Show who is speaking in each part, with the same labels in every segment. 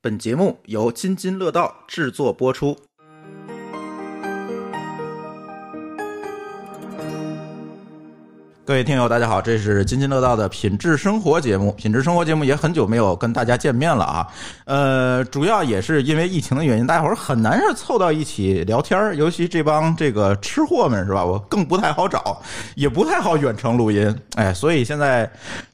Speaker 1: 本节目由津津乐道制作播出。各位听友，大家好，这是津津乐道的品质生活节目。品质生活节目也很久没有跟大家见面了啊，呃，主要也是因为疫情的原因，大家伙儿很难是凑到一起聊天儿，尤其这帮这个吃货们是吧？我更不太好找，也不太好远程录音，哎，所以现在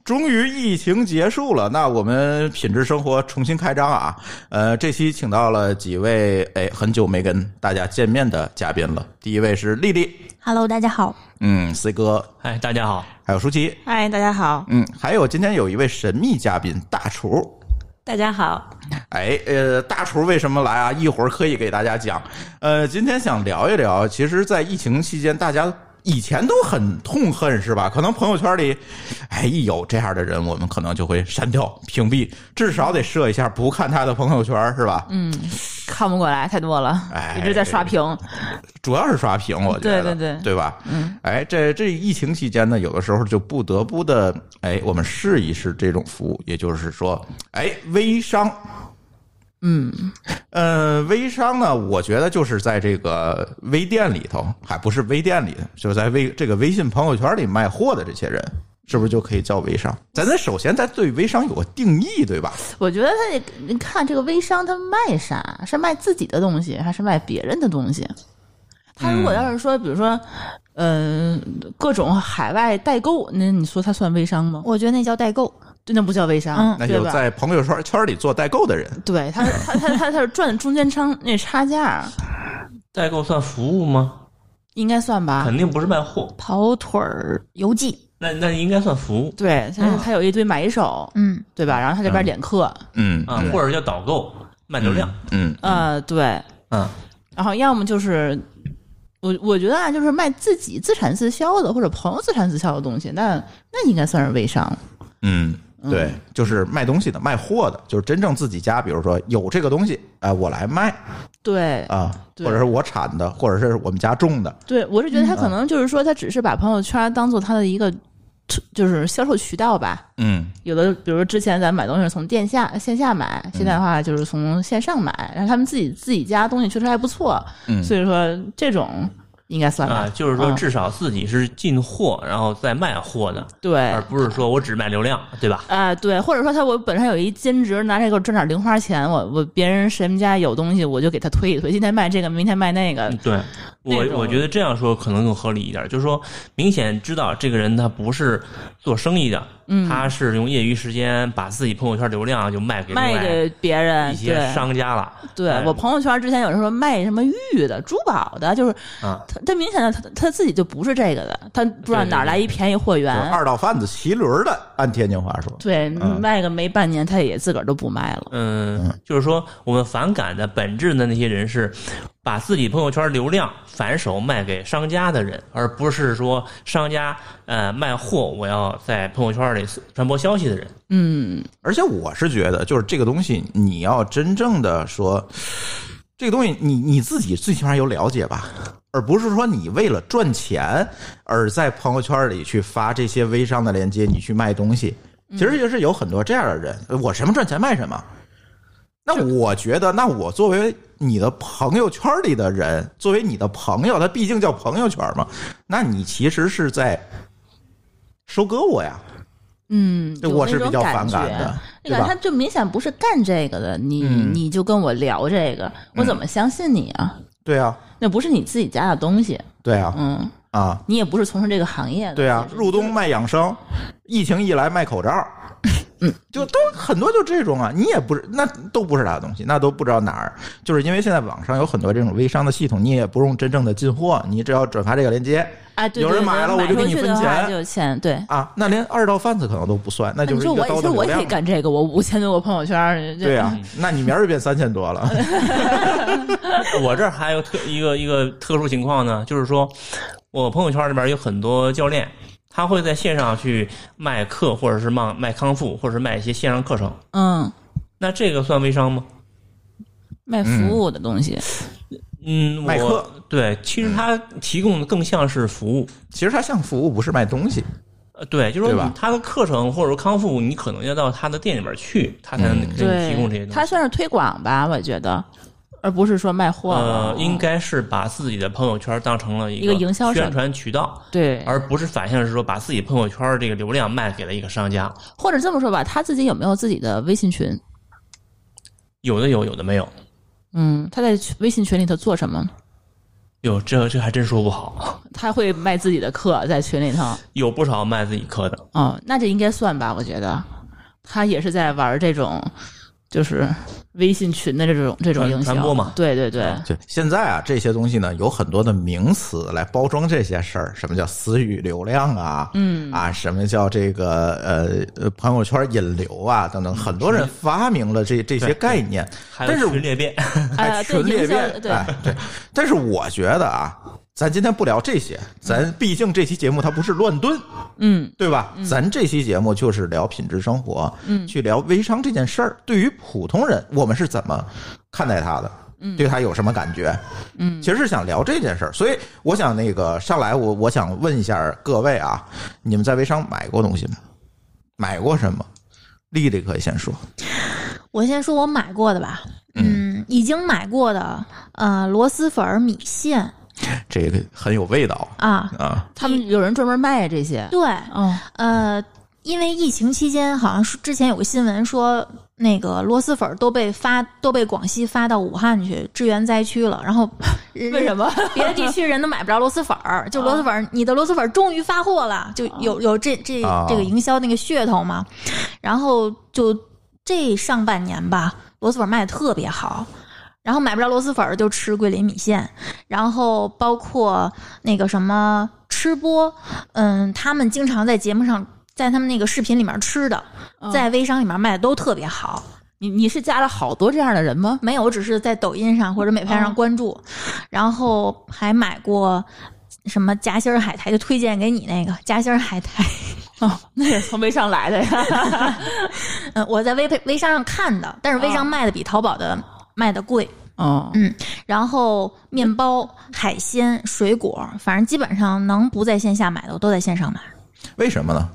Speaker 1: 终于疫情结束了，那我们品质生活重新开张啊，呃，这期请到了几位哎很久没跟大家见面的嘉宾了，第一位是丽丽，
Speaker 2: Hello，大家好。
Speaker 1: 嗯，C 哥，
Speaker 3: 哎，大家好，
Speaker 1: 还有舒淇。
Speaker 2: 嗨，大家好。
Speaker 1: 嗯，还有今天有一位神秘嘉宾大厨，
Speaker 2: 大家好。
Speaker 1: 哎，呃，大厨为什么来啊？一会儿可以给大家讲。呃，今天想聊一聊，其实，在疫情期间，大家以前都很痛恨，是吧？可能朋友圈里，哎，一有这样的人，我们可能就会删掉、屏蔽，至少得设一下不看他的朋友圈，是吧？嗯，
Speaker 4: 看不过来，太多了
Speaker 1: 哎，
Speaker 4: 一直在刷屏。
Speaker 1: 主要是刷屏，我觉得，
Speaker 4: 对对对
Speaker 1: 对吧？嗯，哎，这这疫情期间呢，有的时候就不得不的，哎，我们试一试这种服务，也就是说，哎，微商。嗯，呃，微商呢，我觉得就是在这个微店里头，还不是微店里头，就是在微这个微信朋友圈里卖货的这些人，是不是就可以叫微商？咱咱首先咱对微商有个定义，对吧？
Speaker 4: 我觉得他得你看这个微商，他卖啥？是卖自己的东西，还是卖别人的东西？他如果要是说，比如说，嗯、各种海外代购，那你说他算微商吗？
Speaker 2: 我觉得那叫代购。
Speaker 4: 真的不叫微商，
Speaker 2: 嗯
Speaker 1: 那
Speaker 4: 对
Speaker 1: 有
Speaker 4: 吧？
Speaker 1: 在朋友圈圈里做代购的人，
Speaker 4: 对他，他他他他是赚中间商那差价，
Speaker 3: 代购算服务吗？
Speaker 4: 应该算吧？
Speaker 3: 肯定不是卖货，
Speaker 2: 跑腿儿邮寄，
Speaker 3: 那那应该算服务
Speaker 4: 对，他是他有一堆买一手，
Speaker 2: 嗯，
Speaker 4: 对吧？然后他这边揽客，
Speaker 1: 嗯
Speaker 3: 啊，或者叫导购、卖流量，
Speaker 1: 嗯，
Speaker 4: 呃，对，
Speaker 3: 嗯，
Speaker 4: 然后要么就是我我觉得啊，就是卖自己自产自销的或者朋友自产自销的东西，那那应该算是微商。
Speaker 1: 嗯，对，就是卖东西的、卖货的，就是真正自己家，比如说有这个东西，哎、我来卖
Speaker 4: 对
Speaker 1: 啊，
Speaker 4: 对
Speaker 1: 或者是我产的，或者是我们家种的，
Speaker 4: 对，我是觉得
Speaker 3: 嗯啊
Speaker 4: 他可能就是说，他只是把朋友圈当做他的一个就是销售渠道吧。
Speaker 1: 嗯
Speaker 4: 有的，比如之前咱买东西是从店下线下买，现在
Speaker 3: 嗯
Speaker 4: 的话就是从线上买，然后他们自己自己家东西确实还不错，
Speaker 1: 嗯
Speaker 4: 所以说这种应该算吧。
Speaker 3: 啊，就是说
Speaker 4: 嗯
Speaker 3: 至少自己是进货，然后再卖货的，
Speaker 4: 对，
Speaker 3: 而不是说我只卖流量，对吧？
Speaker 4: 啊、对，或者说他我本身有一兼职，拿这个赚点零花钱，我我别人谁们家有东西，我就给他推一推，今天卖这个，明天卖那个，
Speaker 3: 对，我
Speaker 4: 那种
Speaker 3: 我觉得这样说可能更合理一点，就是说明显知道这个人他不是做生意的，
Speaker 4: 嗯
Speaker 3: 他是用业余时间把自己朋友圈流量就卖给另
Speaker 4: 卖
Speaker 3: 外
Speaker 4: 给别人
Speaker 3: 一。些
Speaker 4: 对，
Speaker 3: 商家了。
Speaker 4: 对
Speaker 3: 哎
Speaker 4: 我朋友圈之前有人说卖什么玉的、珠宝的，就是
Speaker 3: 啊
Speaker 4: 他他明显的他他自己就不是这个的，他不知道
Speaker 3: 对对
Speaker 4: 哪儿来一便宜货
Speaker 1: 就是
Speaker 4: 源。
Speaker 1: 二道贩子骑驴儿的，按天津话说，
Speaker 4: 对，
Speaker 1: 嗯
Speaker 4: 卖个没半年，他也自个儿都不卖了。
Speaker 3: 嗯，就是说我们反感的本质的那些人是把自己朋友圈流量反手卖给商家的人，而不是说商家呃卖货，我要在朋友圈里传播消息的人。
Speaker 4: 嗯，
Speaker 1: 而且我是觉得，就是这个东西，你要真正的说，这个东西你你自己最起码有了解吧，而不是说你为了赚钱而在朋友圈里去发这些微商的链接，你去卖东西。其实也是有很多这样的人，我什么赚钱卖什么。那我觉得，那我作为你的朋友圈里的人，作为你的朋友，他毕竟叫朋友圈嘛，那你其实是在收割我呀。
Speaker 4: 嗯，
Speaker 1: 对
Speaker 4: 有
Speaker 1: 我
Speaker 4: 那
Speaker 1: 是
Speaker 4: 种
Speaker 1: 比较
Speaker 4: 感
Speaker 1: 反感
Speaker 4: 觉
Speaker 1: 的
Speaker 4: 那
Speaker 1: 对
Speaker 4: 个
Speaker 1: 吧
Speaker 4: 他就明显不是干这个的，你、
Speaker 1: 嗯
Speaker 4: 你就跟我聊这个，我怎么相信你啊？
Speaker 1: 对啊，
Speaker 4: 那不是你自己家的东西，
Speaker 1: 对啊，
Speaker 4: 嗯，
Speaker 1: 啊，
Speaker 4: 你也不是从事这个行业的，
Speaker 1: 对啊
Speaker 4: 其，实
Speaker 1: 入冬卖养生，疫情一来卖口罩， 嗯，就都很多就这种啊，你也不是那都不是啥东西，那都不知道哪儿，就是因为现在网上有很多这种微商的系统，你也不用真正的进货，你只要转发这个链接
Speaker 4: 啊，对，
Speaker 1: 有人
Speaker 4: 对对
Speaker 1: 买了我就
Speaker 4: 出
Speaker 1: 给你
Speaker 4: 去
Speaker 1: 分
Speaker 4: 的话
Speaker 1: 钱
Speaker 4: 就有钱，对。
Speaker 1: 啊，那连二道贩子可能都不算， 那
Speaker 4: 那
Speaker 1: 就
Speaker 4: 你
Speaker 1: 是一
Speaker 4: 说
Speaker 1: 个
Speaker 4: 嗯我，
Speaker 1: 高的
Speaker 4: 其实
Speaker 1: 流
Speaker 4: 我也可以嗯
Speaker 1: 量。
Speaker 4: 干这个，我五千多个朋友圈儿，这
Speaker 1: 对啊，那你明儿就变三千多 了。
Speaker 3: 我这儿还有特一个一个特殊情况呢，就是说我朋友圈里边有很多教练，他会在线上去卖课，或者是卖卖康复，或者是卖一些线上课程。
Speaker 4: 嗯，
Speaker 3: 那这个算微商吗？
Speaker 4: 卖服务的东西，
Speaker 3: 嗯，
Speaker 1: 卖
Speaker 3: 我
Speaker 1: 课
Speaker 3: 对，其实他提供的更像是服务。
Speaker 1: 其实它像服务，不是卖东西。
Speaker 3: 呃，对，就是
Speaker 1: 对
Speaker 3: 说
Speaker 1: 吧
Speaker 3: 你他的课程或者说康复，你可能要到他的店里边去，他才能
Speaker 1: 嗯
Speaker 3: 给你提供这些
Speaker 4: 对，
Speaker 3: 东西。
Speaker 4: 他算是推广吧，我觉得，而不是说卖货了。
Speaker 3: 呃，应该是把自己的朋友圈当成了一
Speaker 4: 一个营销手
Speaker 3: 宣传渠道，
Speaker 4: 对，
Speaker 3: 而不是反向是说把自己朋友圈这个流量卖给了一个商家。
Speaker 4: 或者这么说吧，他自己有没有自己的微信群？
Speaker 3: 有的有，有的没有。
Speaker 4: 嗯，他在微信群里头做什么？
Speaker 3: 有这这还真说不好，
Speaker 4: 他会卖自己的课在群里头。
Speaker 3: 有不少卖自己课的。
Speaker 4: 哦，那这应该算吧？我觉得他也是在玩这种，就是微信群的这种这种
Speaker 3: 传
Speaker 4: 营销
Speaker 3: 传播嘛
Speaker 4: 对对对，
Speaker 1: 对，现在啊，这些东西呢，有很多的名词来包装这些事儿，什么叫私域流量啊，嗯 啊，什么叫这个呃呃朋友圈引流啊等
Speaker 4: 嗯
Speaker 1: 等，很多人发明了这这些概念，
Speaker 3: 还
Speaker 1: 但是
Speaker 3: 有群 裂变，
Speaker 1: 哎，
Speaker 4: 哎对
Speaker 1: 群裂
Speaker 4: 营销
Speaker 1: 变，
Speaker 4: 对
Speaker 1: 哎对，但是我觉得啊。咱今天不聊这些，咱毕竟这期节目它不是乱炖，
Speaker 4: 嗯，
Speaker 1: 对吧？咱这期节目就是聊品质生活，嗯，去聊微商这件事儿。对于普通人，我们是怎么看待它的？嗯，对它有什么感觉？嗯，其实是想聊这件事儿。所以我想那个上来我，我想问一下各位啊，你们在微商买过东西吗？买过什么？丽丽可以先说。
Speaker 2: 我先说我买过的吧，嗯，已经买过的，呃，螺蛳粉儿、米线
Speaker 1: 这个很有味道
Speaker 2: 啊，
Speaker 1: 啊。
Speaker 4: 他们有人专门卖这些。
Speaker 2: 对，
Speaker 4: 哦，
Speaker 2: 呃，因为疫情期间，好像是之前有个新闻说，那个螺蛳粉儿都被发都被广西发到武汉去支援灾区了，然后为
Speaker 4: 为什？么？
Speaker 2: 别的地区人都买不着螺蛳粉儿，就螺蛳粉儿，你的螺蛳粉儿终于发货了，就有有这这
Speaker 1: 啊
Speaker 2: 这个营销那个噱头嘛。然后就这上半年吧，螺蛳粉儿卖的特别好，然后买不着螺蛳粉儿就吃桂林米线，然后包括那个什么吃播，嗯，他们经常在节目上，在他们那个视频里面吃的，在微商里面卖的都特别好。
Speaker 4: 你你是加了好多这样的人吗？
Speaker 2: 没有，我只是在抖音上或者美拍
Speaker 1: 哦
Speaker 2: 上关注，然后还买过什么夹心儿海苔，就推荐给你那个夹心儿海苔。
Speaker 4: 哦， 那也从微商来的呀。
Speaker 2: 嗯，我在微配微商上看的，但是微
Speaker 1: 哦
Speaker 2: 商卖的比淘宝的卖的贵。
Speaker 4: 哦，
Speaker 2: 然后面包、海鲜、水果，反正基本上能不在线下买的，我都在线上买。
Speaker 1: 为什么呢？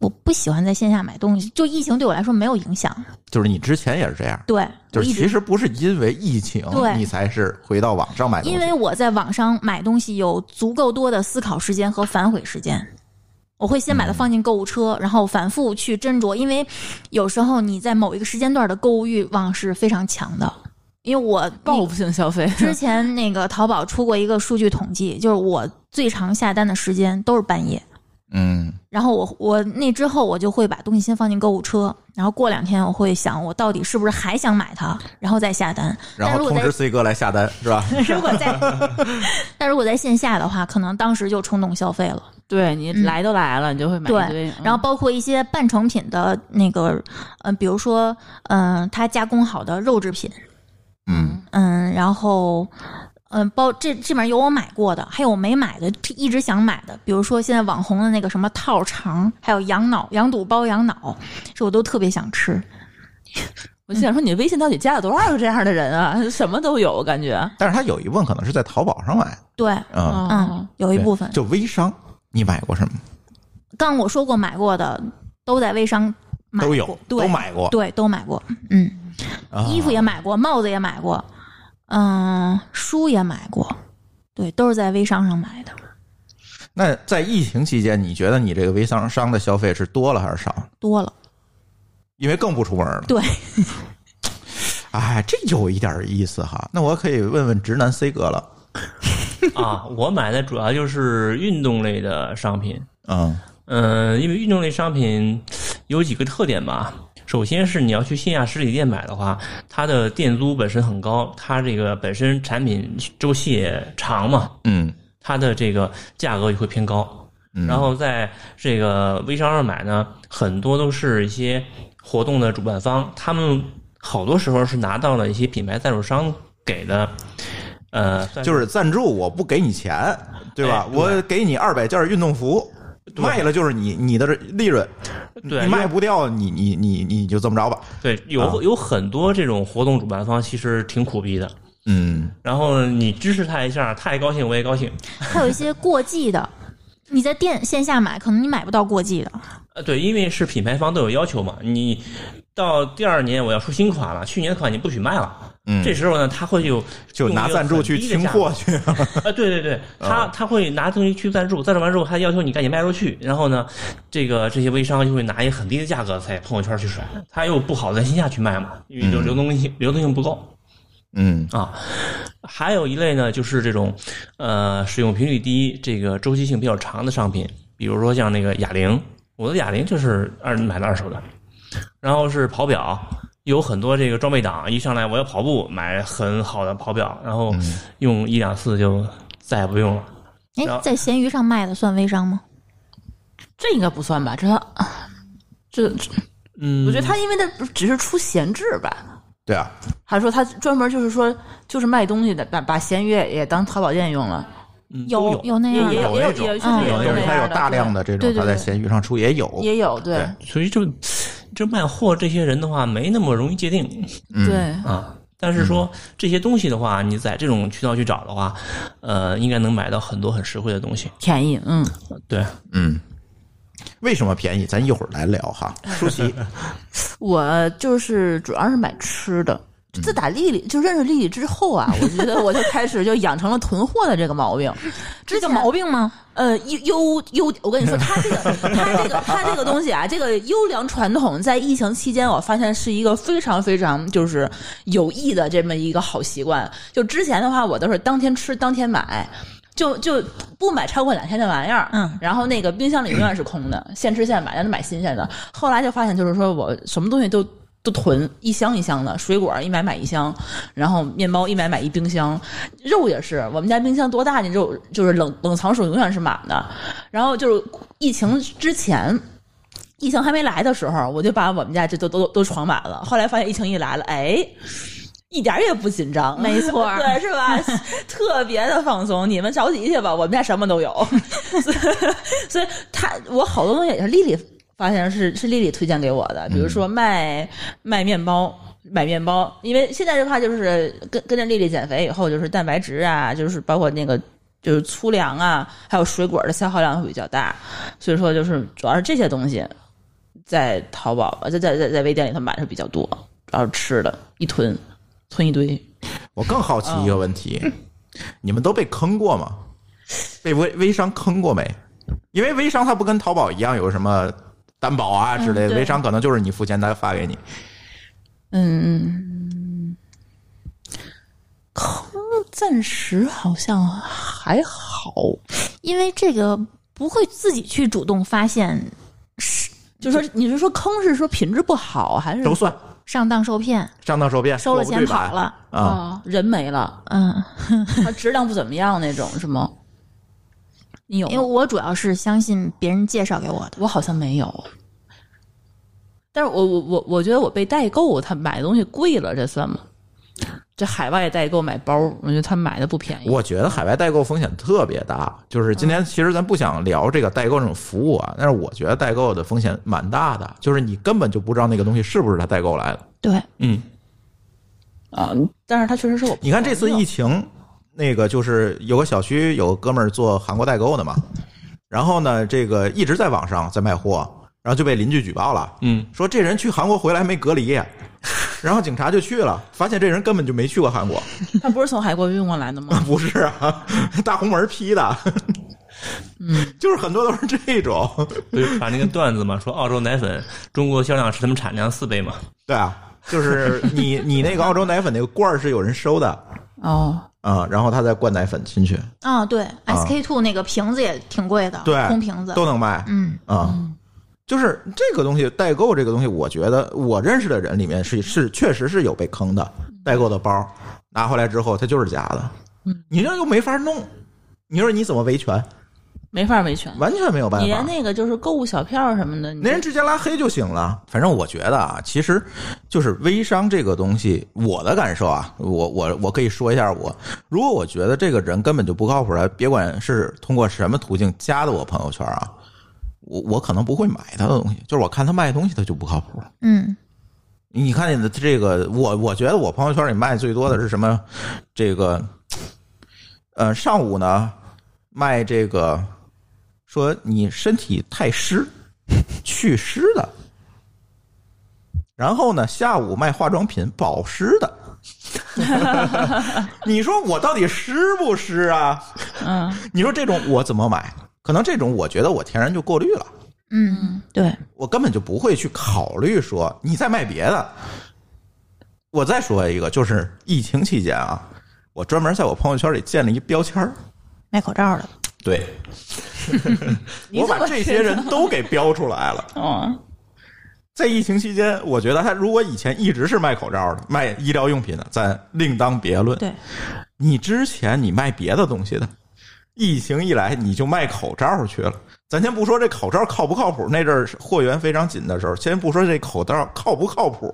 Speaker 2: 我不喜欢在线下买东西，就疫情对我来说没有影响。
Speaker 1: 就是你之前也是这样，
Speaker 2: 对，
Speaker 1: 就是
Speaker 2: 我一直
Speaker 1: 其实不是因为疫情，
Speaker 2: 对
Speaker 1: 你才是回到网上买东西。
Speaker 2: 因为我在网上买东西有足够多的思考时间和反悔时间，我会先把它放进购物车，然后反复去斟酌，因为有时候你在某一个时间段的购物欲望是非常强的。因为我
Speaker 4: 报复性消费。
Speaker 2: 之前那个淘宝出过一个数据统计，就是我最常下单的时间都是半夜。
Speaker 1: 嗯，
Speaker 2: 然后我我那之后我就会把东西先放进购物车，然后过两天我会想我到底是不是还想买它，然后再下单。
Speaker 1: 然
Speaker 2: 但如
Speaker 1: 后
Speaker 2: 果
Speaker 1: 通
Speaker 2: 在
Speaker 1: 知 C 哥来下单是吧？
Speaker 2: 如果在，但如果在线下的话，可能当时就冲动消费了。
Speaker 4: 对你来都来了，你就会买一
Speaker 2: 嗯
Speaker 4: 堆嗯
Speaker 2: 对。，然后包括一些半成品的那个，嗯、比如说，嗯、它加工好的肉制品，
Speaker 1: 嗯，
Speaker 2: 嗯，然后，嗯、包这这里面有我买过的，还有我没买的，一直想买的，比如说现在网红的那个什么套肠，还有羊脑、羊肚包羊脑，这我都特别想吃。
Speaker 4: 我就想说，你微信到底加了多少个这样的人啊？什么都有，我感觉。
Speaker 1: 但是他有一部分可能是在淘宝上买，
Speaker 2: 对，
Speaker 4: 哦
Speaker 1: 嗯，
Speaker 2: 嗯，有一
Speaker 1: 对
Speaker 2: 部分。
Speaker 1: 就微商，你买过什么？
Speaker 2: 刚我说过买过的，都在微商买
Speaker 1: 都
Speaker 2: 过，
Speaker 1: 有，
Speaker 2: 对
Speaker 1: 都买过，
Speaker 2: 对，都买过，嗯，
Speaker 1: 啊
Speaker 2: 衣服也买过，帽子也买过，嗯，书也买过，对，都是在微商上买的，
Speaker 1: 那在疫情期间，你觉得你这个微商商的消费是多了还是少？
Speaker 2: 多了，
Speaker 1: 因为更不出门了。
Speaker 2: 对，
Speaker 1: 哎，这有一点意思哈。那我可以问问直男 C 哥了。
Speaker 3: 啊，我买的主要就是运动类的商品。
Speaker 1: 嗯
Speaker 3: 嗯、因为运动类商品有几个特点吧。首先是你要去线下实体店买的话，它的店租本身很高，它这个本身产品周期也长嘛，
Speaker 1: 嗯
Speaker 3: 它的这个价格也会偏高。
Speaker 1: 嗯
Speaker 3: 然后在这个微商上买呢，很多都是一些活动的主办方，他们好多时候是拿到了一些品牌赞助商给的，呃，算
Speaker 1: 就是赞助，我不给你钱，对吧？
Speaker 3: 哎对
Speaker 1: 我给你二百件运动服。
Speaker 3: 对
Speaker 1: 卖了就是你你的利润，
Speaker 3: 对
Speaker 1: 你卖不掉，你你你你就这么着吧，
Speaker 3: 对，有、
Speaker 1: 啊
Speaker 3: 有很多这种活动主办方其实挺苦逼的。
Speaker 1: 嗯，
Speaker 3: 然后你支持他一下，他也高兴，我也高兴。
Speaker 2: 还有一些过季的，你在店线下买，可能你买不到过季的。
Speaker 3: 呃，对，因为是品牌方都有要求嘛，你到第二年我要出新款了，去年的款你不许卖了，
Speaker 1: 嗯，
Speaker 3: 这时候呢，他会有
Speaker 1: 就拿赞助去清货嗯去，
Speaker 3: 啊、对对对，他他会拿东西去赞助，赞助完之后，他要求你赶紧卖出去，然后呢，这个这些微商就会拿一个很低的价格在朋友圈去甩，他又不好在线下去卖嘛，因为就
Speaker 1: 嗯
Speaker 3: 流动性、流动性不够。
Speaker 1: 嗯
Speaker 3: 啊，还有一类呢，就是这种呃使用频率低、这个周期性比较长的商品，比如说像那个哑铃，我的哑铃就是二买的二手的，然后是跑表，有很多这个装备党，一上来我要跑步，买很好的跑表，然后用一两次就再也不用了。
Speaker 2: 哎
Speaker 3: 然后，
Speaker 2: 在闲鱼上卖的算微商吗？
Speaker 4: 这应该不算吧？这这，这
Speaker 3: 嗯，
Speaker 4: 我觉得他因为他只是出闲置吧，
Speaker 1: 对啊，
Speaker 4: 还是说他专门就是说就是卖东西的，把把闲鱼也也当淘宝店用了，
Speaker 3: 嗯都
Speaker 2: 有
Speaker 3: 有，
Speaker 2: 有那
Speaker 4: 也
Speaker 2: 样
Speaker 4: 也
Speaker 2: 的，
Speaker 1: 有
Speaker 4: 也
Speaker 1: 那
Speaker 4: 有
Speaker 1: 种
Speaker 4: 也确实
Speaker 2: 嗯
Speaker 4: 也
Speaker 1: 有
Speaker 4: 有那
Speaker 1: 它有
Speaker 4: 样的
Speaker 1: 大量
Speaker 4: 对
Speaker 1: 的这
Speaker 2: 对
Speaker 1: 种，
Speaker 2: 对
Speaker 1: 它在
Speaker 2: 对
Speaker 1: 闲鱼上出也有，
Speaker 4: 也有对
Speaker 1: 对
Speaker 3: 所以就就卖货这些人的话，没那么容易界定。
Speaker 1: 嗯
Speaker 4: 对
Speaker 3: 啊。但是说这些东西的话，你在这种渠道去找的话，呃，应该能买到很多很实惠的东西。
Speaker 4: 便宜，嗯，
Speaker 3: 对，
Speaker 1: 嗯。为什么便宜？咱一会儿来聊哈。
Speaker 2: 嗯
Speaker 1: 舒淇，
Speaker 4: 我就是主要是买吃的。
Speaker 2: 嗯
Speaker 4: 自打丽丽就认识丽丽之 后啊，我觉得我就开始就养成了囤货的这个毛病。
Speaker 2: 这个毛病吗？
Speaker 4: 呃，优优优，我跟你说，他 这个他这个他这个东西啊，这个优良传统在疫情期间，我发现是一个非常非常就是有益的这么一个好习惯。就之前的话，我都是当天吃当天买。就就不买超过两天的玩意儿，
Speaker 2: 嗯
Speaker 4: 然后那个冰箱里永远是空的，现吃现买，但是买新鲜的。后来就发现，就是说我什么东西都都囤一箱一箱的，水果一买买一箱，然后面包一买买一冰箱，肉也是，我们家冰箱多大，你肉就是冷冷藏室永远是满的。然后就是疫情之前。疫情还没来的时候，我就把我们家这都都都闯满了。后来发现疫情一来了，哎，一点儿也不紧 张，
Speaker 2: 没错
Speaker 4: 对，是吧？特别的放松。你们着急去吧，我们家什么都有。所以 他我好多东西也是丽丽发现是是丽丽推荐给我的，比如说卖、卖面包。买面包，因为现在的话就是跟跟着丽丽减肥以后，就是蛋白质啊，就是包括那个就是粗粮啊，还有水果的消耗量会比较大，所以说就是主要是这些东西在淘宝吧，在在在在微店里头买的比较多，主要是吃的一囤囤一堆，
Speaker 1: 我更好奇一个问题：
Speaker 2: 嗯
Speaker 1: 你们都被坑过吗？被微微商坑过没？因为微商它不跟淘宝一样有什么担保啊之类的，
Speaker 4: 嗯对
Speaker 1: 微商可能就是你付钱他发给你。
Speaker 4: 嗯，坑暂时好像还好，
Speaker 2: 因为这个不会自己去主动发现
Speaker 4: 就说你是说坑是说品质不好还是
Speaker 1: 都算
Speaker 2: 上当受骗，
Speaker 1: 上当受骗，
Speaker 2: 嗯收了
Speaker 1: 货不
Speaker 2: 钱
Speaker 1: 对版
Speaker 2: 跑了。
Speaker 1: 啊！
Speaker 4: 人没 了，
Speaker 2: 嗯，
Speaker 4: 它质量不怎么样那种是吗？你有吗
Speaker 2: 因为我主要是相信别人介绍给我的。
Speaker 4: 我好像没有，但是我我我我觉得我被代购，他买的东西贵了，这算吗？这海外代购买包，我觉得他买的不便宜。
Speaker 1: 我觉得海外代购风险特别大，就是今天其实咱不想聊这个代购这种服务啊，但是我觉得代购的风险蛮大的，就是你根本就不知道那个东西是不是他代购来的。
Speaker 2: 对，
Speaker 3: 嗯，
Speaker 4: 啊，但是他确实是我。
Speaker 1: 你看这次疫情，那个就是有个小区有个哥们儿做韩国代购的嘛，然后呢，这个一直在网上在卖货，然后就被邻居举报了，
Speaker 3: 嗯，
Speaker 1: 说这人去韩国回来没隔离，然后警察就去了，发现这人根本就没去过韩国，
Speaker 4: 他不是从海国运过来 的吗？
Speaker 1: 不是啊，大红门批的，嗯，就是很多都是这种，
Speaker 3: 不就传那个段子嘛， 说澳洲奶粉中国销量是他们产量四倍嘛。
Speaker 1: 对啊，就是你你那个澳洲奶粉那个罐儿是有人收的
Speaker 4: 哦，
Speaker 1: 啊、然后他再灌奶粉进去，
Speaker 2: 啊、对，SK two 那个瓶子也挺贵的，
Speaker 1: 对，
Speaker 2: 空瓶子。
Speaker 1: 都能卖，
Speaker 2: 嗯，
Speaker 1: 啊、就是这个东西，代购这个东西，我觉得我认识的人里面是是确实是有被坑的，代购的包拿回来之后，它就是假的，你这又没法弄，你说你怎么维权？
Speaker 4: 没法维权。
Speaker 1: 完全没有办法。
Speaker 4: 你连那个就是购物小票什么的，你
Speaker 1: 那人直接拉黑就行了。反正我觉得啊，其实就是微商这个东西，我的感受啊，我我我可以说一下我，如果我觉得这个人根本就不靠谱，别管是通过什么途径加的我朋友圈啊，我我可能不会买他的东西，就是我看他卖的东西他就不靠谱。
Speaker 2: 嗯，
Speaker 1: 你看你的这个，我我觉得我朋友圈里卖最多的是什么？这个，呃，上午呢卖这个说你身体太湿，祛湿的。然后呢，下午卖化妆品保湿的。你说我到底湿不湿啊？
Speaker 4: 嗯，
Speaker 1: 你说这种我怎么买？可能这种我觉得我天然就过滤了，
Speaker 2: 嗯，
Speaker 4: 对，
Speaker 1: 我根本就不会去考虑说你在卖别的。我再说一个，就是疫情期间啊，我专门在我朋友圈里建了一标签儿，
Speaker 2: 卖口罩的，
Speaker 1: 对我把这些人都给标出来了。
Speaker 4: 哦，
Speaker 1: 在疫情期间，我觉得他如果以前一直是卖口罩的、卖医疗用品的，咱另当别论。
Speaker 2: 对，
Speaker 1: 你之前你卖别的东西的，疫情一来你就卖口罩去了。咱先不说这口罩靠不靠谱，那阵儿货源非常紧的时候，先不说这口罩靠不靠谱，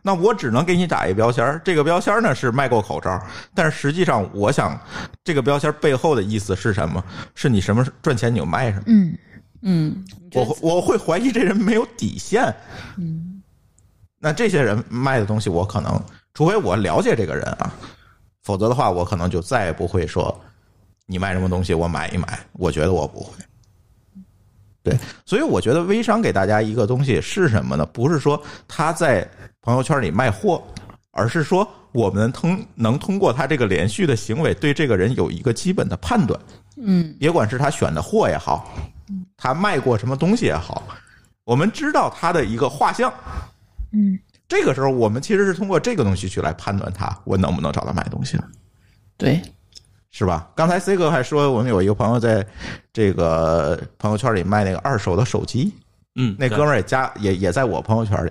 Speaker 1: 那我只能给你打一标签儿。这个标签儿呢是卖过口罩，但是实际上，我想这个标签儿背后的意思是什么？是你什么赚钱你就卖什么。
Speaker 2: 嗯，
Speaker 4: 嗯，
Speaker 1: 我会我会怀疑这人没有底线。嗯，那这些人卖的东西，我可能除非我了解这个人啊，否则的话，我可能就再也不会说你卖什么东西我买一买。我觉得我不会。对，所以我觉得微商给大家一个东西是什么呢？不是说他在朋友圈里卖货，而是说我们通能通过他这个连续的行为，对这个人有一个基本的判断。
Speaker 4: 嗯，
Speaker 1: 别管是他选的货也好，他卖过什么东西也好，我们知道他的一个画像。
Speaker 2: 嗯，
Speaker 1: 这个时候我们其实是通过这个东西去来判断他我能不能找他买东西，
Speaker 4: 对，
Speaker 1: 是吧？刚才 C 哥还说我们有一个朋友在这个朋友圈里卖那个二手的手机，
Speaker 3: 嗯，
Speaker 1: 那哥们儿也加也也在我朋友圈里。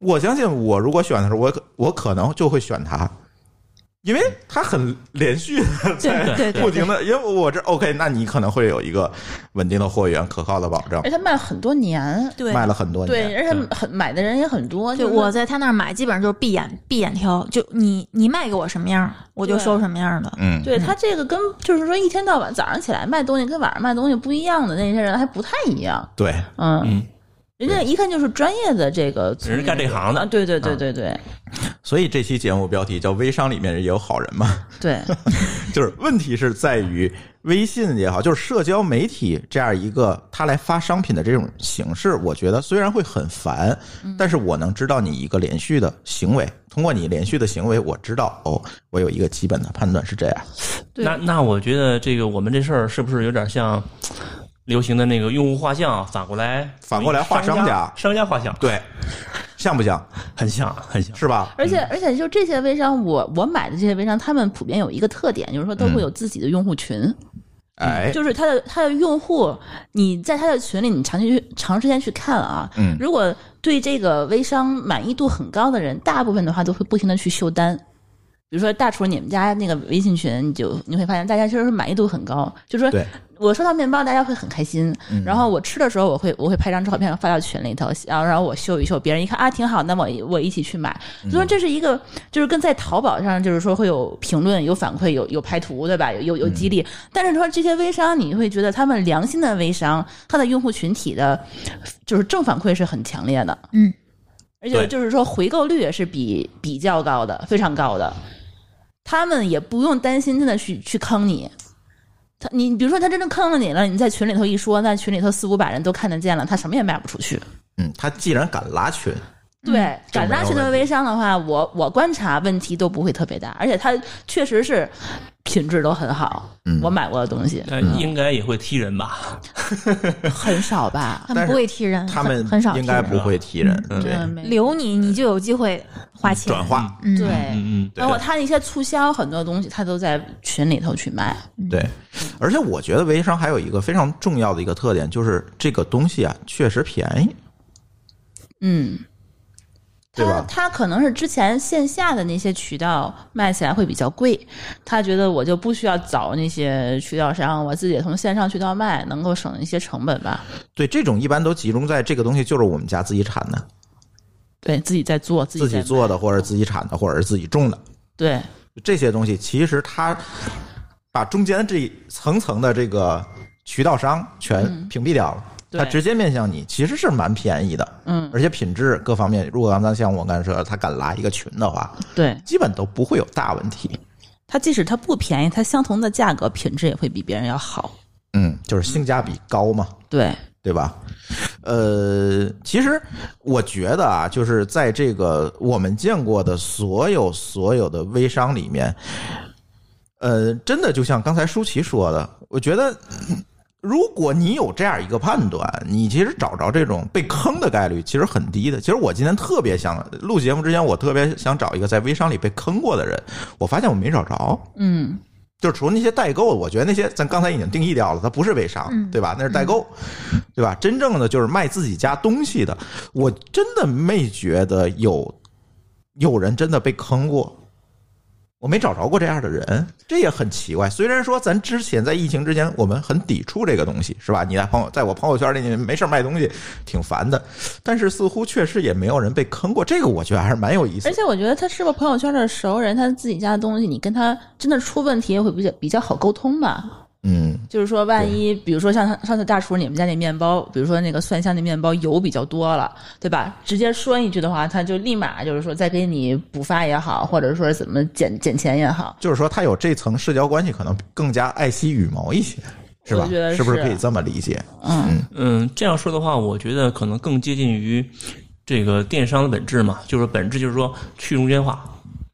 Speaker 1: 我相信我如果选的时候，我可我可能就会选他，因为他很连续的在
Speaker 2: 对对对
Speaker 1: 不停的，因为我这 OK，那你可能会有一个稳定的货源、可靠的保证
Speaker 4: 而，且卖了很多年，
Speaker 2: 对
Speaker 1: 卖了很多
Speaker 4: 对，
Speaker 1: 年。
Speaker 4: 而且很买的人也很多，
Speaker 2: 对，
Speaker 4: 就是
Speaker 2: 我在他那儿买，基本上就是闭眼闭眼挑，就你你卖给我什么样儿，我就
Speaker 4: 对
Speaker 2: 收什么样儿的。
Speaker 1: 嗯，
Speaker 4: 对他这个跟就是说一天到晚早上起来卖东西跟晚上卖东西不一样的那些人还不太一样，
Speaker 1: 对，
Speaker 4: 嗯，
Speaker 3: 嗯，
Speaker 4: 人家一看就是专业的这个从业
Speaker 3: 人
Speaker 4: 者，
Speaker 3: 是干这行
Speaker 4: 啊，
Speaker 3: 的，
Speaker 4: 对对对对对
Speaker 1: 所以这期节目标题叫“微商里面也有好人”嘛，
Speaker 4: 对，
Speaker 1: 就是问题是在于微信也好，就是社交媒体这样一个它来发商品的这种形式，我觉得虽然会很烦，
Speaker 4: 嗯
Speaker 1: 但是我能知道你一个连续的行为，通过你连续的行为，我知道哦，我有一个基本的判断是这样。
Speaker 4: 对
Speaker 3: 那那我觉得这个我们这事儿是不是有点像流行的那个用户画像，反过来
Speaker 1: 反过来画商
Speaker 3: 商
Speaker 1: 家
Speaker 3: 商家画像，
Speaker 1: 对，像不像？
Speaker 3: 很像很像。
Speaker 1: 是吧？
Speaker 4: 而且而且就这些微商，我我买的这些微商，他们普遍有一个特点，就是说都会有自己的用户群，
Speaker 1: 哎，
Speaker 4: 就是他的他的用户，你在他的群里，你长期去长时间去看啊，
Speaker 1: 嗯
Speaker 4: 如果对这个微商满意度很高的人，大部分的话都会不停的去修单。比如说大厨你们家那个微信群，你就你会发现大家其实是满意度很高，就是说
Speaker 1: 对
Speaker 4: 我收到面包，大家会很开心。然后我吃的时候，我会我会拍张照片发到群里头，然后然后我秀一秀，别人一看啊挺好，那么我一起去买。所以说这是一个就是跟在淘宝上就是说会有评论、有反馈、有有拍图，对吧？有有有激励。但是说这些微商，你会觉得他们良心的微商，他的用户群体的，就是正反馈是很强烈的。
Speaker 2: 嗯，
Speaker 4: 而
Speaker 3: 对
Speaker 4: 且就是说回购率也是比比较高的，非常高的。他们也不用担心真的去去坑你。他你比如说他真的坑了你了，你在群里头一说，那群里头四五百人都看得见了，他什么也卖不出去。嗯
Speaker 1: 嗯，他既然敢拉群，
Speaker 4: 对，
Speaker 1: 这
Speaker 4: 敢
Speaker 1: 没有
Speaker 4: 拉群的
Speaker 1: 问题
Speaker 4: 微商的话，我我观察问题都不会特别大，而且它确实是品质都很好。
Speaker 1: 嗯
Speaker 4: 我买过的东西
Speaker 3: 但应该也会踢人吧？
Speaker 4: 很少吧？
Speaker 2: 他
Speaker 1: 但
Speaker 2: 们
Speaker 1: 是
Speaker 2: 不会踢人，
Speaker 1: 他
Speaker 2: 很
Speaker 1: 们
Speaker 2: 很少
Speaker 1: 应
Speaker 2: 踢
Speaker 1: 该
Speaker 2: 人
Speaker 1: 不会踢人，
Speaker 3: 嗯
Speaker 1: 对，
Speaker 4: 嗯
Speaker 2: 留你，你就有机会花钱。
Speaker 1: 转化，
Speaker 2: 嗯，
Speaker 4: 对，
Speaker 3: 嗯嗯，
Speaker 1: 对
Speaker 4: 包括他的一些促销，很多东西他都在群里头去卖。
Speaker 1: 对，
Speaker 4: 嗯
Speaker 1: 而且我觉得微商还有一个非常重要的一个特点，就是这个东西啊确实便宜，
Speaker 4: 嗯，
Speaker 1: 对
Speaker 4: 他
Speaker 1: 吧？
Speaker 4: 他可能是之前线下的那些渠道卖起来会比较贵，他觉得我就不需要找那些渠道商，我自己从线上渠道卖，能够省一些成本吧。
Speaker 1: 对，这种一般都集中在这个东西就是我们家自己产的，
Speaker 4: 对自己在做，自己
Speaker 1: 自
Speaker 4: 在嗯
Speaker 1: 己做的，或者自己产的，或者是自己种的
Speaker 4: 对，
Speaker 1: 这些东西，其实它把中间这一层层的这个渠道商全屏蔽掉了。
Speaker 4: 嗯对
Speaker 1: 它直接面向你，其实是蛮便宜的，
Speaker 4: 嗯
Speaker 1: 而且品质各方面，如果刚才像我刚才说的，他敢拉一个群的话，
Speaker 4: 对，
Speaker 1: 基本都不会有大问题。
Speaker 4: 它即使它不便宜，它相同的价格品质也会比别人要好。
Speaker 1: 嗯，就是性价比高嘛，
Speaker 4: 对，
Speaker 1: 对吧？呃，其实我觉得啊，就是在这个我们见过的所有所有的微商里面，呃，真的就像刚才舒淇说的，我觉得。如果你有这样一个判断，你其实找着这种被坑的概率其实很低的。其实我今天特别想录节目之前，我特别想找一个在微商里被坑过的人，我发现我没找着。
Speaker 4: 嗯，
Speaker 1: 就除了那些代购，我觉得那些咱刚才已经定义掉了，它不是微商，
Speaker 2: 嗯
Speaker 1: 对吧？那是代购，对吧？真正的就是卖自己家东西的，我真的没觉得有有人真的被坑过。我没找着过这样的人，这也很奇怪。虽然说咱之前在疫情之前，我们很抵触这个东西，是吧？你在朋友在我朋友圈里，你没事卖东西挺烦的，但是似乎确实也没有人被坑过，这个我觉得还是蛮有意思
Speaker 4: 而
Speaker 1: 的。
Speaker 4: 且我觉得他是不是朋友圈的熟人，他自己家的东西，你跟他真的出问题会比较比较好沟通吧？
Speaker 1: 嗯，
Speaker 4: 就是说，万一比如说像上次大厨你们家那面包，比如说那个蒜香的面包油比较多了，对吧？直接说一句的话，他就立马就是说再给你补发也好，或者说怎么减减钱也好，
Speaker 1: 就是说他有这层社交关系，可能更加爱惜羽毛一些，是吧？
Speaker 4: 我觉得
Speaker 1: 是不是
Speaker 4: 是
Speaker 1: 可以这么理解？
Speaker 4: 嗯
Speaker 3: 嗯，这样说的话，我觉得可能更接近于这个电商的本质嘛，就是本质就是说去中间化，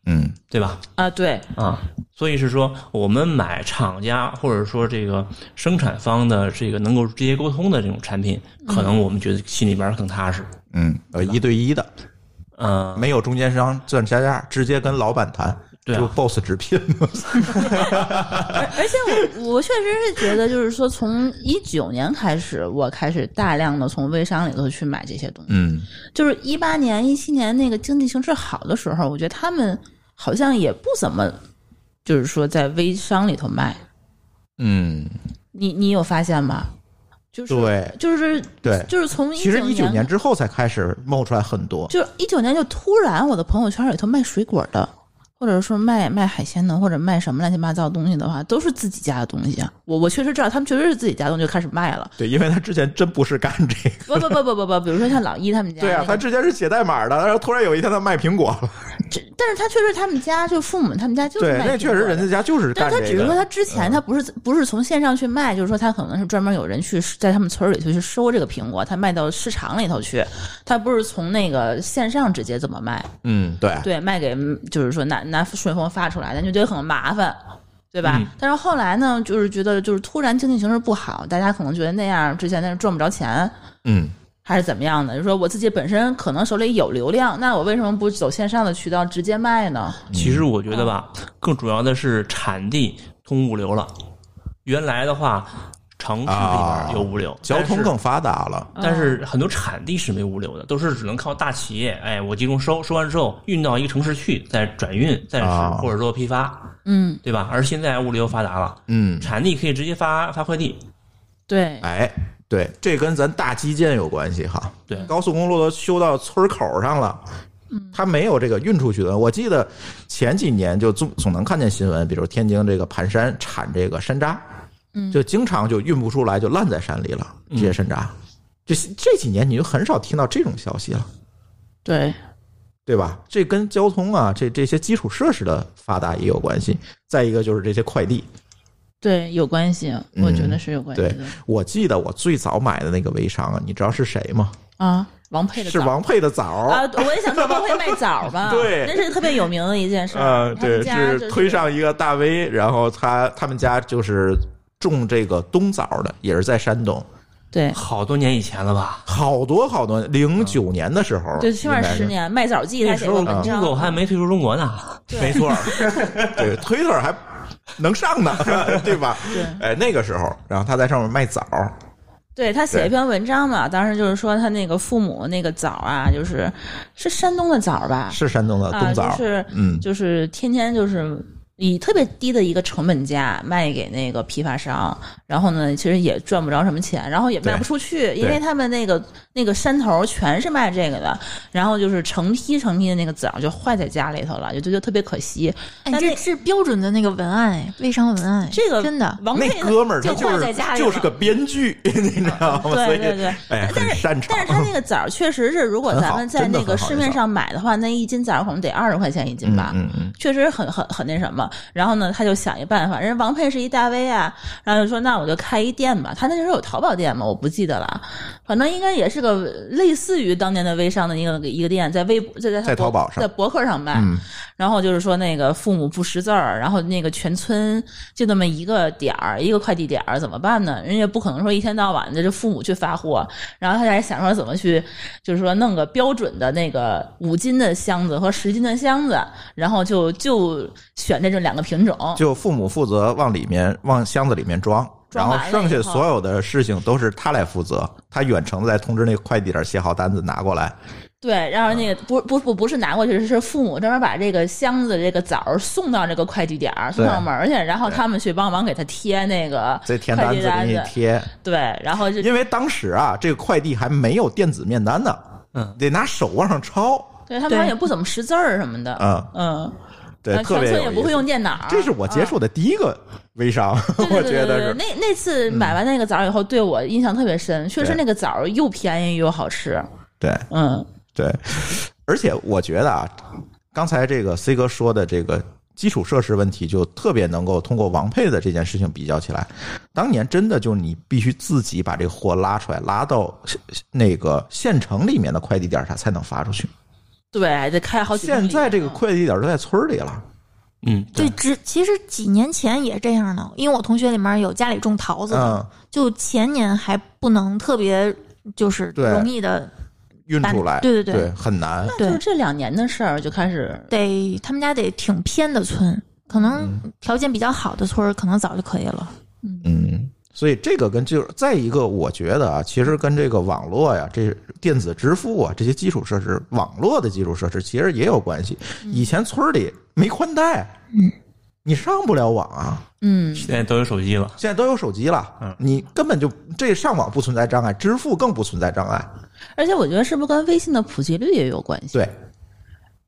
Speaker 1: 嗯
Speaker 3: 对吧？
Speaker 4: 啊，对，
Speaker 3: 啊，所以是说我们买厂家或者说这个生产方的这个能够直接沟通的这种产品，可能我们觉得心里边儿更踏实。
Speaker 1: 嗯，呃，一对一的，
Speaker 3: 嗯、
Speaker 1: 没有中间商赚差价，直接跟老板谈，
Speaker 3: 对啊
Speaker 1: 就 boss 直聘嘛。
Speaker 4: 而而且我我确实是觉得，就是说从一九年开始，我开始大量的从微商里头去买这些东西。
Speaker 1: 嗯
Speaker 4: 就是一八年、一七年那个经济形势好的时候，我觉得他们好像也不怎么，就是说在微商里头卖。
Speaker 1: 嗯，
Speaker 4: 你你有发现吗？就是
Speaker 1: 对
Speaker 4: 就是
Speaker 1: 对
Speaker 4: 就是从
Speaker 1: 其实一九
Speaker 4: 19
Speaker 1: 年，之后才开始冒出来很多。
Speaker 4: 就是一九年就突然我的朋友圈里头卖水果的，或者说卖卖海鲜的，或者卖什么乱七八糟的东西的话，都是自己家的东西啊。我我确实知道他们确实是自己家的东西就开始卖了。
Speaker 1: 对，因为他之前真不是干这个。
Speaker 4: 不不不不不不，比如说像老一他们家那
Speaker 1: 对
Speaker 4: 个，
Speaker 1: 啊，他之前是写代码的，然后突然有一天他卖苹果了。
Speaker 4: 这但是他确实他们家就父母他们家就是
Speaker 1: 对，
Speaker 4: 卖
Speaker 1: 那
Speaker 4: 苹
Speaker 1: 确实
Speaker 4: 果
Speaker 1: 人
Speaker 4: 的
Speaker 1: 家家就是
Speaker 4: 但
Speaker 1: 干
Speaker 4: 是他
Speaker 1: 这
Speaker 4: 只是说他
Speaker 1: 个。嗯
Speaker 4: 之前他不是不是从线上去卖，就是说他可能是专门有人去在他们村儿里头去收这个苹果，他卖到市场里头去，他不是从那个线上直接这么卖，
Speaker 1: 嗯，对，
Speaker 4: 对，卖给就是说拿拿顺丰发出来的，就觉得很麻烦。对吧？
Speaker 3: 嗯
Speaker 4: 但是后来呢，就是觉得就是突然经济形势不好，大家可能觉得那样之前那是赚不着钱，
Speaker 1: 嗯
Speaker 4: 还是怎么样的？就是说我自己本身可能手里有流量，那我为什么不走线上的渠道直接卖呢？
Speaker 3: 其实我觉得吧，更主要的是产地通物流了。原来的话，城市里
Speaker 1: 啊
Speaker 3: 边有物流，
Speaker 1: 交通
Speaker 3: 但是
Speaker 1: 更发达了。
Speaker 3: 但是很多产地是没物流的，都是只能靠大企业，哎，我集中收，收完之后运到一个城市去，再转运，再是、
Speaker 1: 啊
Speaker 3: 或者说批发，
Speaker 4: 嗯，
Speaker 3: 对吧？而现在物流发达了，
Speaker 1: 嗯，
Speaker 3: 产地可以直接发发快递，
Speaker 4: 对，
Speaker 1: 哎，对，这跟咱大基建有关系哈。
Speaker 3: 对
Speaker 1: 高速公路都修到村口上了。
Speaker 4: 嗯
Speaker 1: 它没有这个运出去的。我记得前几年就总总能看见新闻，比如天津这个盘山产这个山楂，嗯，就经常就运不出来，就烂在山里了。这些山楂，这这几年你就很少听到这种消息了，
Speaker 4: 对，
Speaker 1: 对吧？这跟交通啊，这这些基础设施的发达也有关系。再一个就是这些快递，
Speaker 4: 对，有关系，我觉得是有关系
Speaker 1: 对
Speaker 4: 的、
Speaker 1: 我记得我最早买的那个微商啊，你知道是谁吗？
Speaker 4: 啊。王佩的
Speaker 1: 是
Speaker 4: 枣
Speaker 1: 王佩的枣儿
Speaker 4: 啊，我也想说王佩卖枣 吧，
Speaker 1: 对
Speaker 4: 那是特别有名的一件事儿。
Speaker 1: 呃，
Speaker 4: 他们
Speaker 1: 对，
Speaker 4: 家就是
Speaker 1: 推上一个大 V，然后他他们家就是种这个冬枣的，也是在山东，
Speaker 4: 对，
Speaker 3: 好多年以前了吧？
Speaker 1: 好多好多，零九年的时候，
Speaker 4: 嗯对，起码
Speaker 1: 应该是
Speaker 4: 十，年卖枣季，
Speaker 3: 那
Speaker 4: 他
Speaker 3: 时
Speaker 4: 写
Speaker 3: 候
Speaker 4: 过文
Speaker 1: 嗯
Speaker 3: Google
Speaker 4: 章，
Speaker 3: 还没退出中国呢，
Speaker 1: 没错儿，对，Twitter 还能上 呢，对吧？
Speaker 4: 对啊
Speaker 1: 哎，那个时候，然后他在上面卖枣，
Speaker 4: 对他写
Speaker 1: 对
Speaker 4: 一篇文章嘛，当时就是说他那个父母那个枣啊，就是是山东的枣吧，
Speaker 1: 是山东的冬
Speaker 4: 啊，
Speaker 1: 枣，
Speaker 4: 就是
Speaker 1: 嗯
Speaker 4: 就是天天就是以特别低的一个成本价卖给那个批发商，然后呢，其实也赚不着什么钱，然后也卖
Speaker 1: 对
Speaker 4: 不出去，因为他们那个那个山头全是卖这个的，然后就是成批成批的那个枣就坏在家里头了，就就就特别可惜。
Speaker 2: 哎，
Speaker 4: 但
Speaker 2: 这
Speaker 4: 那
Speaker 2: 是标准的那个文案哎，微商文案哎，
Speaker 4: 这个
Speaker 2: 真的
Speaker 4: 王
Speaker 1: 那
Speaker 4: 佩
Speaker 1: 哥们儿他
Speaker 4: 就
Speaker 1: 就
Speaker 4: 坏在
Speaker 1: 是
Speaker 4: 家里
Speaker 1: 就是
Speaker 4: 了
Speaker 1: 个编剧， 你知道吗？所
Speaker 4: 对
Speaker 1: 以
Speaker 4: 对对，
Speaker 1: 哎，很擅长
Speaker 4: 但是 他那个枣儿确实是，如果
Speaker 1: 很好
Speaker 4: 咱们在
Speaker 1: 真的
Speaker 4: 那个
Speaker 1: 很好
Speaker 4: 市
Speaker 1: 那
Speaker 4: 面
Speaker 1: 枣
Speaker 4: 上买的话，那一斤枣儿可能得二十块钱一斤吧，
Speaker 1: 嗯嗯嗯
Speaker 4: 确实很很很那什么。了。然后呢，他就想一办法，人家王佩是一大 V 啊，然后就说那我就开一店吧。他那时候有淘宝店吗？我不记得了，反正应该也是个类似于当年的微商的一个一个店，在微博在在他
Speaker 1: 在淘
Speaker 4: 博
Speaker 1: 宝上
Speaker 4: 在博客上卖。
Speaker 1: 嗯，
Speaker 4: 然后就是说那个父母不识字儿，然后那个全村就那么一个点儿，一个快递点儿，怎么办呢？人家不可能说一天到晚的这父母去发货，然后他还想说怎么去，就是说弄个标准的那个五斤的箱子和十斤的箱子，然后就就选这种两个品种，
Speaker 1: 就父母负责往里面往箱子里面装，然
Speaker 4: 装
Speaker 1: 后
Speaker 4: 完了
Speaker 1: 剩下
Speaker 4: 以后
Speaker 1: 所有的事情都是他来负责，他远程再通知那个快递点写好单子拿过来。
Speaker 4: 对，然后那个不不不不是拿过去，是父母专门把这个箱子这个枣儿送到这个快递点儿，送到门儿去，然后他们去帮忙给他贴那个
Speaker 1: 再填
Speaker 4: 快
Speaker 1: 单
Speaker 4: 递
Speaker 1: 子给
Speaker 4: 单
Speaker 1: 你
Speaker 4: 子，
Speaker 1: 贴，
Speaker 4: 对，然后就
Speaker 1: 因为当时啊，这个快递还没有电子面单呢，
Speaker 3: 嗯，
Speaker 1: 得拿手往上抄，
Speaker 4: 对他们好像
Speaker 2: 对
Speaker 4: 也不怎么识字儿什么的，
Speaker 1: 嗯
Speaker 4: 嗯，
Speaker 1: 对，
Speaker 4: 然后
Speaker 1: 特
Speaker 4: 全
Speaker 1: 别
Speaker 4: 村
Speaker 1: 有
Speaker 4: 也
Speaker 1: 意
Speaker 4: 不会
Speaker 1: 思
Speaker 4: 用电脑儿，
Speaker 1: 这是我接触的第一个微商，
Speaker 4: 嗯。
Speaker 1: 我
Speaker 4: 对对对
Speaker 1: 觉得
Speaker 4: 对对，
Speaker 1: 是。
Speaker 4: 那那次买完那个枣儿以后，对我印象特别深。确实，
Speaker 1: 对
Speaker 4: 那个枣儿又便宜又好吃。
Speaker 1: 对
Speaker 4: 嗯，
Speaker 1: 对，而且我觉得啊，刚才这个 C 哥说的这个基础设施问题，就特别能够通过王佩的这件事情比较起来，当年真的就是你必须自己把这货拉出来，拉到那个县城里面的快递点儿上才能发出去。
Speaker 4: 对，得开好几公里。
Speaker 1: 现在这个
Speaker 4: 嗯
Speaker 1: 快递点儿都在村儿里了。
Speaker 3: 嗯，
Speaker 2: 对，只其实几年前也这样呢，因为我同学里面有家里种桃子的，
Speaker 1: 嗯，
Speaker 2: 就前年还不能特别就是
Speaker 1: 对
Speaker 2: 容易的，
Speaker 1: 嗯运出来，
Speaker 2: 对对
Speaker 1: 对
Speaker 2: 对
Speaker 1: 很难。
Speaker 4: 就
Speaker 2: 对
Speaker 4: 是，这两年的事儿，就开始
Speaker 2: 得他们家得挺偏的村，可能条件比较好的村儿可能早就可以了。
Speaker 1: 嗯，所以这个跟就是再一个，我觉得啊，其实跟这个网络呀、这电子支付啊这些基础设施，网络的基础设施其实也有关系。以前村儿里没宽带，
Speaker 2: 嗯，
Speaker 1: 你上不了网啊。
Speaker 4: 嗯，
Speaker 3: 现在都有手机了，
Speaker 1: 现在都有手机了，
Speaker 3: 嗯
Speaker 1: 你根本就这上网不存在障碍，支付更不存在障碍。
Speaker 4: 而且我觉得是不是跟微信的普及率也有关系？
Speaker 1: 对，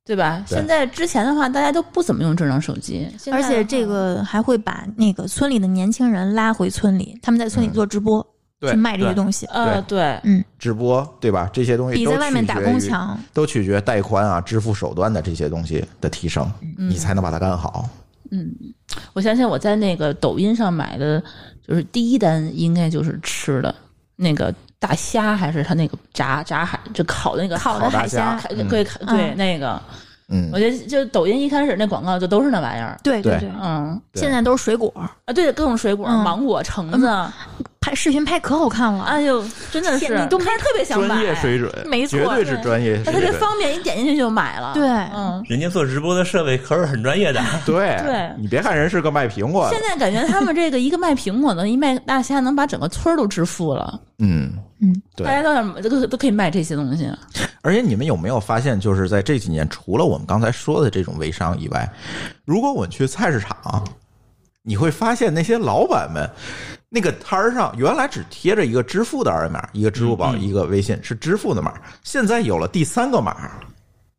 Speaker 4: 对吧？
Speaker 1: 对
Speaker 4: 现在之前的话，大家都不怎么用智能手机，现在
Speaker 2: 而
Speaker 4: 的话
Speaker 2: 且这个还会把那个村里的年轻人拉回村里，他们在村里做直播，
Speaker 1: 嗯对
Speaker 2: 去卖这些东西。
Speaker 4: 呃，对，
Speaker 2: 嗯，
Speaker 1: 直播对吧？这些东西
Speaker 2: 比
Speaker 1: 都
Speaker 2: 在外面
Speaker 1: 取
Speaker 2: 打
Speaker 1: 决
Speaker 2: 工
Speaker 1: 于
Speaker 2: 强。
Speaker 1: 都取决带宽啊、支付手段的这些东西的提升，
Speaker 2: 嗯
Speaker 1: 你才能把它干好。
Speaker 4: 我相信我在那个抖音上买的，就是第一单应该就是吃的那个大虾，还是他那个炸炸海就烤的那个
Speaker 2: 烤的
Speaker 1: 好大
Speaker 2: 海
Speaker 1: 家
Speaker 2: 虾，
Speaker 4: 海
Speaker 1: 嗯
Speaker 4: 对对
Speaker 2: 嗯
Speaker 4: 那个，
Speaker 1: 嗯
Speaker 4: 我，觉得就抖音一开始那广告就都是那玩意儿，
Speaker 2: 对
Speaker 1: 对
Speaker 2: 对，
Speaker 4: 嗯
Speaker 1: 对
Speaker 2: 现在都是水果，
Speaker 4: 啊对各种水果，
Speaker 2: 嗯
Speaker 4: 芒果、橙子，
Speaker 2: 拍视频拍可好看了。
Speaker 4: 哎呦真的是
Speaker 2: 天，你都没
Speaker 4: 看着特别想买，
Speaker 1: 专业
Speaker 2: 嗯
Speaker 1: 水准，
Speaker 2: 哎没错
Speaker 1: 绝对是专业水
Speaker 4: 但特别
Speaker 1: 准。
Speaker 4: 方便，一点进去就买了，
Speaker 2: 对
Speaker 4: 嗯。
Speaker 3: 人家做直播的设备可是很专业的，
Speaker 1: 对，
Speaker 4: 对
Speaker 1: 你别看人是个卖苹果的
Speaker 4: 现，在感觉他们这个一个卖苹果的，一卖大虾能把整个村儿都致富了，
Speaker 1: 嗯
Speaker 2: 嗯，
Speaker 1: 对
Speaker 4: 大。家都想都都可以卖这些东西。
Speaker 1: 而且你们有没有发现，就是在这几年，除了我们刚才说的这种微商以外，如果我去菜市场，你会发现那些老板们。那个摊儿上原来只贴着一个支付的二维码，一个支付
Speaker 2: 嗯
Speaker 1: 宝，一个微信是支付的码，现在有了第三个码，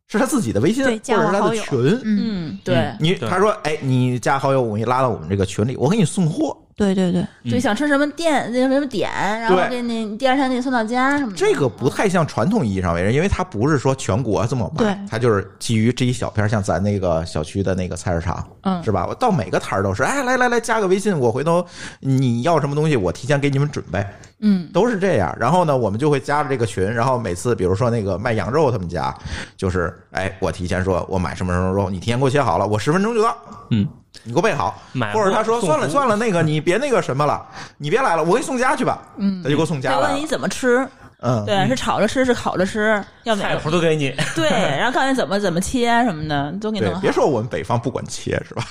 Speaker 1: 是他自己的微信或
Speaker 2: 对
Speaker 1: 者
Speaker 2: 加
Speaker 1: 是
Speaker 2: 我
Speaker 1: 他
Speaker 2: 好
Speaker 1: 的
Speaker 2: 友
Speaker 1: 群。
Speaker 2: 嗯，
Speaker 4: 嗯，对，
Speaker 1: 你
Speaker 3: 对
Speaker 1: 他说，哎，你加好友，我给你拉到我们这个群里，我给你送货。
Speaker 2: 对对对，
Speaker 4: 对，想吃什么店那什么点，然后
Speaker 1: 嗯对
Speaker 4: 给你第二天给你送到家什么的。
Speaker 1: 这个不太像传统意义上为人，因为它不是说全国这么卖
Speaker 2: 对，
Speaker 1: 它就是基于这一小片儿，像咱那个小区的那个菜市场，
Speaker 4: 嗯
Speaker 1: 是吧？我到每个摊儿都是，哎，来来来，加个微信，我回头你要什么东西，我提前给你们准备，
Speaker 4: 嗯，
Speaker 1: 都是这样。然后呢，我们就会加入这个群，然后每次比如说那个卖羊肉他们家，就是哎，我提前说我买什么什么肉，你提前给我切好了，我十分钟就到，
Speaker 3: 嗯，
Speaker 1: 你给我备好，
Speaker 3: 买货
Speaker 1: 或者他说
Speaker 3: 送
Speaker 1: 算了
Speaker 3: 服务
Speaker 1: 算了，那个你别那个什么了，你别来了，我给你送家去吧，嗯，他就给我送家
Speaker 4: 他
Speaker 1: 来
Speaker 4: 问
Speaker 1: 了
Speaker 4: 你，怎么吃，
Speaker 1: 嗯，
Speaker 4: 对，是炒着吃，是烤着吃，要哪
Speaker 3: 菜谱
Speaker 4: 个？
Speaker 3: 都给你，
Speaker 4: 对，然后告诉你怎么怎么切什么的，都给你
Speaker 1: 对
Speaker 4: 弄，好
Speaker 1: 别。说我们北方不管切是吧？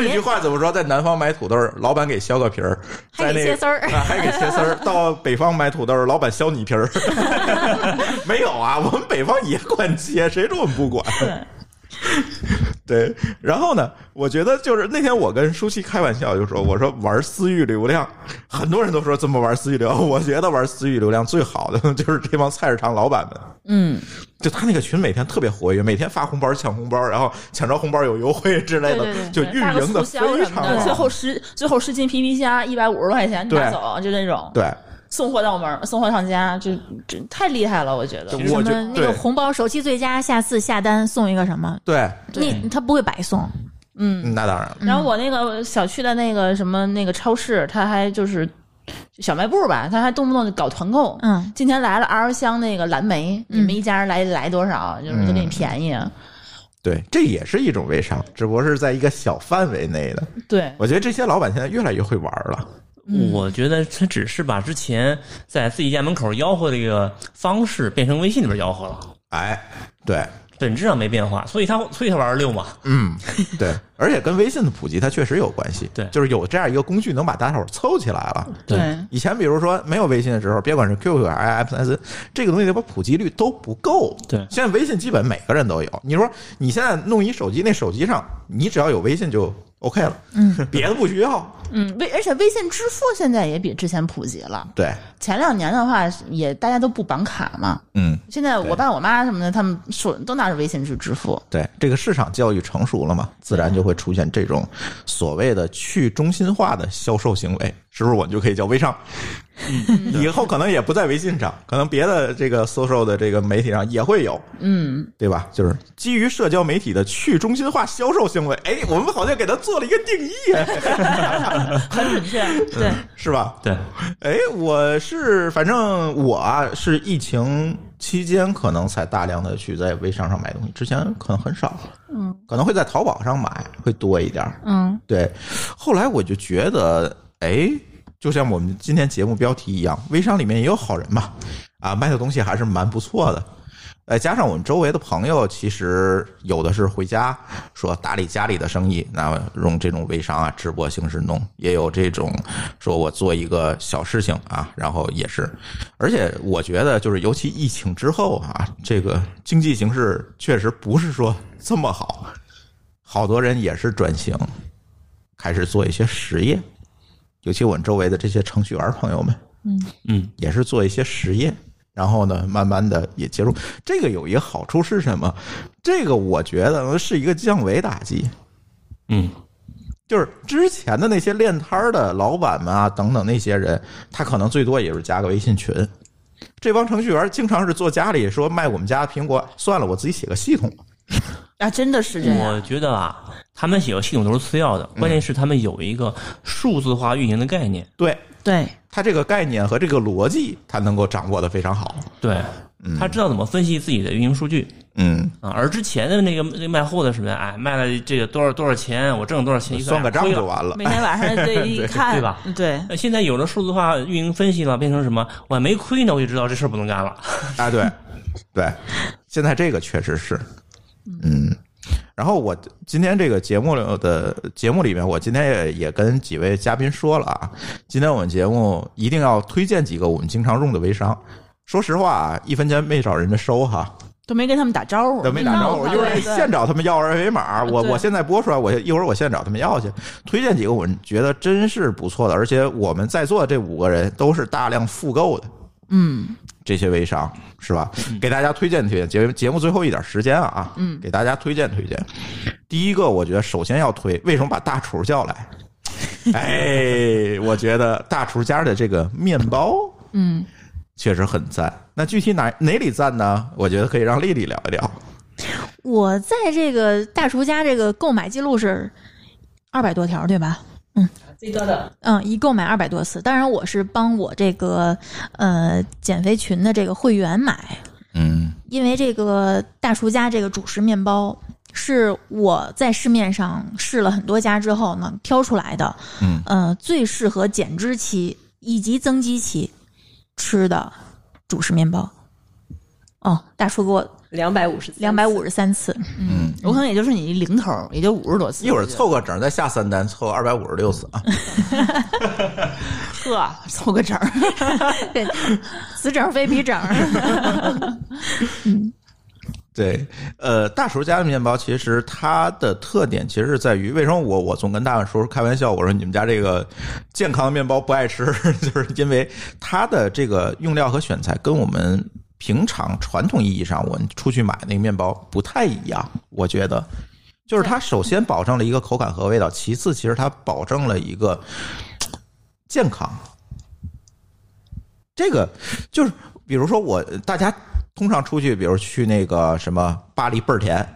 Speaker 1: 这句
Speaker 2: 连
Speaker 1: 话怎么说？在南方买土豆，老板给削个皮儿，
Speaker 2: 还
Speaker 1: 在
Speaker 2: 给
Speaker 1: 那
Speaker 2: 切丝儿
Speaker 1: 啊，还给切丝 儿。到北方买土豆，老板削你皮儿。 没有啊，我们北方也管切，谁说我们不管？对，然后呢？我觉得就是那天我跟舒淇开玩笑就说，我说玩私域流量，很多人都说这么玩私域流量，我觉得玩私域流量最好的 就是这帮菜市场老板们。
Speaker 4: 嗯，
Speaker 1: 就他那个群每天特别活跃，每天发红包、抢红包，然后抢着红包有优惠之类的，
Speaker 2: 对对对
Speaker 1: 就运
Speaker 4: 大个
Speaker 1: 营的
Speaker 4: 促销
Speaker 1: 非
Speaker 4: 什么
Speaker 1: 常
Speaker 4: 的，
Speaker 1: 好。
Speaker 4: 最后十最后十斤皮皮虾一百五十块钱你拿
Speaker 1: 对
Speaker 4: 走，就那种。
Speaker 1: 对，
Speaker 4: 送货到门儿，送货上家，这这太厉害了，我觉得
Speaker 1: 对。
Speaker 2: 什
Speaker 1: 我觉
Speaker 2: 么那个
Speaker 1: 对
Speaker 2: 红包首期最佳，下次下单送一个什么？
Speaker 1: 对，
Speaker 4: 对
Speaker 2: 你他不会白送，
Speaker 1: 嗯那当然了。
Speaker 4: 然后我那个小区的那个什么那个超市，他还就是小卖部吧，他还动不动就搞团购。
Speaker 2: 嗯，
Speaker 4: 今天来了 R 箱那个蓝莓，
Speaker 2: 嗯
Speaker 4: 你们一家人来来多少，就是都给你
Speaker 1: 嗯
Speaker 4: 便宜。
Speaker 1: 对，这也是一种微商，只不过是在一个小范围内的。
Speaker 4: 对，
Speaker 1: 我觉得这些老板现在越来越会玩了。
Speaker 3: 我觉得他只是把之前在自己家门口吆喝的这个方式变成微信里边吆喝了，
Speaker 1: 哎，对，
Speaker 3: 本质上没变化，所以他所以他玩六嘛，
Speaker 1: 嗯， 对，而且跟微信的普及，它确实有关系。
Speaker 3: 对
Speaker 1: 就是有这样一个工具，能把大家伙儿凑起来了。
Speaker 4: 对，
Speaker 1: 以前比如说没有微信的时候，别管是 QQ 还是 MSN，这个东西它普及率都不够。
Speaker 3: 对
Speaker 1: 现在微信基本每个人都有。你说你现在弄一手机，那手机上你只要有微信就 OK 了，嗯，别的不需要。
Speaker 4: 嗯，微而且微信支付现在也比之前普及了。
Speaker 1: 对，
Speaker 4: 前两年的话，也大家都不绑卡嘛。
Speaker 1: 嗯，
Speaker 4: 现在
Speaker 1: 对
Speaker 4: 我爸我妈什么的，他们手都拿着微信去支付。
Speaker 1: 对，这个市场教育成熟了嘛，自然就会出现这种所谓的去中心化的销售行为，是不是？我们就可以叫微商。以后可能也不在微信上，可能别的这个 social 的这个媒体上也会有，
Speaker 4: 嗯，
Speaker 1: 对吧？就是基于社交媒体的去中心化销售行为，哎，我们好像给它做了一个定义，哎
Speaker 4: 很准 确。嗯对，
Speaker 1: 是吧？
Speaker 3: 对，
Speaker 1: 哎，我是反正我啊是疫情期间可能才大量的去在微商上买东西，之前可能很少，嗯，可能会在淘宝上买会多一点儿，
Speaker 4: 嗯，
Speaker 1: 对，后来我就觉得，哎，就像我们今天节目标题一样，微商里面也有好人吧，啊，卖的东西还是蛮不错的。呃，加上我们周围的朋友，其实有的是回家说打理家里的生意，那用这种微商啊、直播形式弄；也有这种说我做一个小事情啊，然后也是。而且我觉得，就是尤其疫情之后啊，这个经济形势确实不是说这么好，好多人也是转型，开始做一些实业，尤其我们周围的这些程序员朋友们，嗯嗯，也是做一些实业，然后呢，慢慢的也接触。这个有一个好处是什么？这个我觉得是一个降维打击，
Speaker 3: 嗯，
Speaker 1: 就是之前的那些练摊儿的老板们啊，等等那些人，他可能最多也是加个微信群。这帮程序员经常是坐家里说卖我们家的苹果，算了，我自己写个系统吧。
Speaker 4: 啊，真的是这样。
Speaker 3: 我觉得啊，他们写个系统都是次要的，
Speaker 1: 嗯
Speaker 3: 关键是他们有一个数字化运营的概念，
Speaker 1: 对
Speaker 4: 对，
Speaker 1: 他这个概念和这个逻辑，他能够掌握的非常好。
Speaker 3: 对，他知道怎么分析自己的运营数据
Speaker 1: 嗯，
Speaker 3: 啊，而之前的那个那个卖货的什么呀，哎，卖了这个多少多少钱，我挣了多少钱，一
Speaker 1: 算个账
Speaker 3: 亏了
Speaker 1: 就完了。
Speaker 4: 每天晚上 对一看，
Speaker 3: 对吧？
Speaker 4: 对，
Speaker 3: 呃现在有了数字化运营分析了，变成什么？我还没亏呢，我就知道这事儿不能干了。
Speaker 1: 啊，对，对，现在这个确实是，嗯。然后我今天这个节目的节目里面，我今天也也跟几位嘉宾说了啊，今天我们节目一定要推荐几个我们经常用的微商。说实话啊，一分钱没找人家收哈，
Speaker 4: 都没跟他们打招呼，
Speaker 1: 都没打招呼，
Speaker 4: 对
Speaker 1: 一会儿现找他们要二维码，我
Speaker 4: 对
Speaker 1: 我现在播出来，我一会儿我现找他们要去。推荐几个我觉得真是不错的，而且我们在座的这五个人都是大量复购的，
Speaker 4: 嗯，
Speaker 1: 这些微商是吧？给大家推荐推荐，节节目最后一点时间啊，
Speaker 4: 嗯
Speaker 1: 给大家推荐推荐。第一个，我觉得首先要推，为什么把大厨叫来？ 哎，我觉得大厨家的这个面包，
Speaker 4: 嗯，
Speaker 1: 确实很赞。那具体哪哪里赞呢？我觉得可以让丽丽聊一聊。
Speaker 2: 我在这个大厨家这个购买记录是二百多条，对吧？
Speaker 4: 最多的，
Speaker 2: 嗯，一购买二百多次。当然，我是帮我这个呃减肥群的这个会员买，
Speaker 1: 嗯
Speaker 2: 因为这个大厨家这个主食面包是我在市面上试了很多家之后呢挑出来的，
Speaker 1: 嗯，
Speaker 2: 呃，最适合减脂期以及增肌期吃的主食面包。哦，大厨给我
Speaker 5: 两百五十，
Speaker 2: 两百五十三次，
Speaker 1: 嗯，
Speaker 4: 我可能也就是你零头，也就五十多次，
Speaker 1: 一会儿凑个整，再下三单，凑二百五十六次啊。
Speaker 4: 呵，凑个整儿，
Speaker 2: 对， 此整非彼整。
Speaker 1: 对，呃，大厨家的面包其实它的特点其实是在于，为什么我我总跟大碗叔叔开玩笑，我说你们家这个健康的面包不爱吃， 就是因为它的这个用料和选材跟我们平常传统意义上我们出去买那个面包不太一样，我觉得。就是它首先保证了一个口感和味道，其次其实它保证了一个健康，这个就是，比如说我大家通常出去，比如去那个什么巴黎倍儿甜，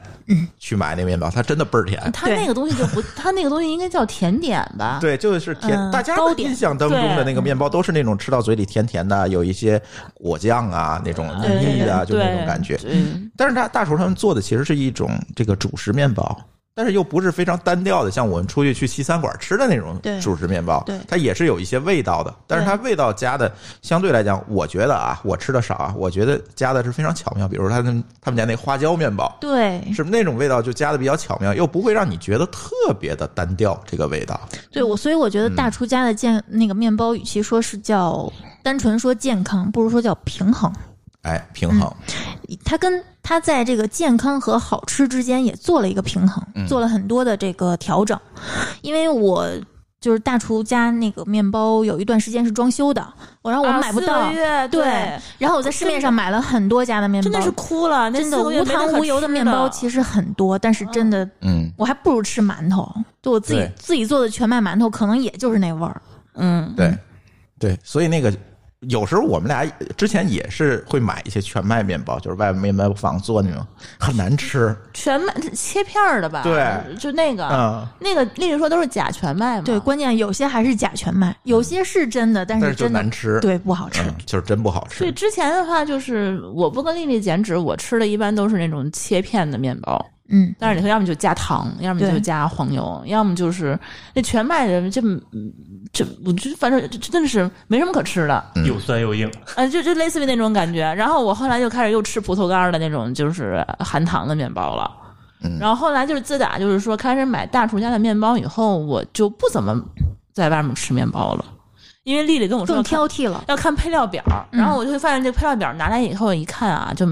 Speaker 1: 去买那面包，它真的倍儿甜。
Speaker 4: 它
Speaker 2: 对
Speaker 4: 那个东西就不，它那个东西应该叫甜点吧？
Speaker 1: 对，就是甜。
Speaker 2: 啊嗯
Speaker 1: 大家
Speaker 2: 糕
Speaker 1: 的
Speaker 2: 点
Speaker 1: 印象当中的
Speaker 4: 对
Speaker 1: 那个面包都是那种吃到嘴里甜甜的，有一些果酱啊，那种
Speaker 2: 嗯
Speaker 4: 对，
Speaker 1: 腻腻的，就那种
Speaker 4: 对
Speaker 1: 感觉。
Speaker 4: 嗯，
Speaker 1: 但是大大厨他们做的其实是一种这个主食面包，但是又不是非常单调的，像我们出去去西餐馆吃的那种
Speaker 2: 对
Speaker 1: 主食面包，
Speaker 2: 对
Speaker 1: 它也是有一些味道的，但是它味道加的相对来讲，我觉得啊，我吃的少啊，我觉得加的是非常巧妙，比如他们他们家那花椒面包。
Speaker 2: 对
Speaker 1: 是那种味道就加的比较巧妙，又不会让你觉得特别的单调。这个味道，
Speaker 2: 对，我所以我觉得大厨家的健、那个面包，与其说是叫单纯说健康，不如说叫平衡。
Speaker 1: 哎，平衡，
Speaker 2: 它跟它在这个健康和好吃之间也做了一个平衡，做了很多的这个调整。因为我就是大厨家那个面包有一段时间是装修的，我然后我
Speaker 4: 啊
Speaker 2: 买不
Speaker 4: 四
Speaker 2: 到，
Speaker 4: 个月
Speaker 2: 对
Speaker 4: 对，
Speaker 2: 然后我在市面上买了很多家的面包，
Speaker 4: 真的是哭了，那
Speaker 2: 真的
Speaker 4: 四个月
Speaker 2: 无
Speaker 4: 没
Speaker 2: 糖
Speaker 4: 得可
Speaker 2: 无油的面包
Speaker 4: 吃
Speaker 2: 其实很多，但是真的
Speaker 1: 嗯，
Speaker 2: 我还不如吃馒头，就我自己
Speaker 1: 对
Speaker 2: 自己做的全麦馒头，可能也就是那味儿。
Speaker 4: 嗯，
Speaker 1: 对，对，所以那个有时候我们俩之前也是会买一些全麦面包，就是外面面包房做那种，很难吃，
Speaker 4: 全麦切片儿的吧？
Speaker 1: 对，
Speaker 4: 就那个，
Speaker 1: 嗯，
Speaker 4: 那个那个说都是假全麦嘛？
Speaker 2: 对，关键有些还是假全麦，有些是真的，但
Speaker 1: 嗯但是就
Speaker 2: 真的
Speaker 1: 难吃，
Speaker 2: 对，不好吃。
Speaker 1: 嗯，就是真不好
Speaker 4: 所以
Speaker 1: 吃。
Speaker 4: 之前的话，就是我不跟丽丽减脂，我吃的一般都是那种切片的面包，
Speaker 2: 嗯，
Speaker 4: 但是里头要么就加糖，要么
Speaker 2: 对
Speaker 4: 就加黄油，要么就是那全麦的，这嗯这我觉得反正这这真的是没什么可吃的，
Speaker 1: 嗯
Speaker 3: 又酸又硬，
Speaker 4: 嗯，就就类似于那种感觉。然后我后来就开始又吃葡萄干儿的那种，就是含糖的面包了。
Speaker 1: 嗯
Speaker 4: 然后后来就是自打就是说开始买大厨家的面包以后，我就不怎么在外面吃面包了，因为丽丽跟我说
Speaker 2: 更
Speaker 4: 要看
Speaker 2: 挑剔了，
Speaker 4: 要看配料表儿，
Speaker 2: 嗯
Speaker 4: 然后我就会发现这个配料表儿拿来以后一看啊，就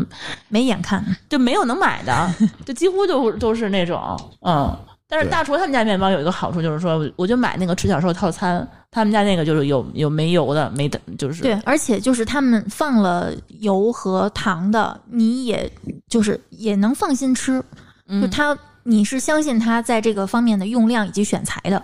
Speaker 2: 没眼看。
Speaker 4: 就没有能买 的，就几乎就都是那种嗯。但是
Speaker 1: 对
Speaker 4: 大厨他们家面包有一个好处，就是说，我就买那个吃小兽套餐，他们家那个就是有有没油的，没的，就是
Speaker 2: 对，而且就是他们放了油和糖的，你也就是也能放心吃，
Speaker 4: 嗯
Speaker 2: 就他你是相信他在这个方面的用量以及选材的，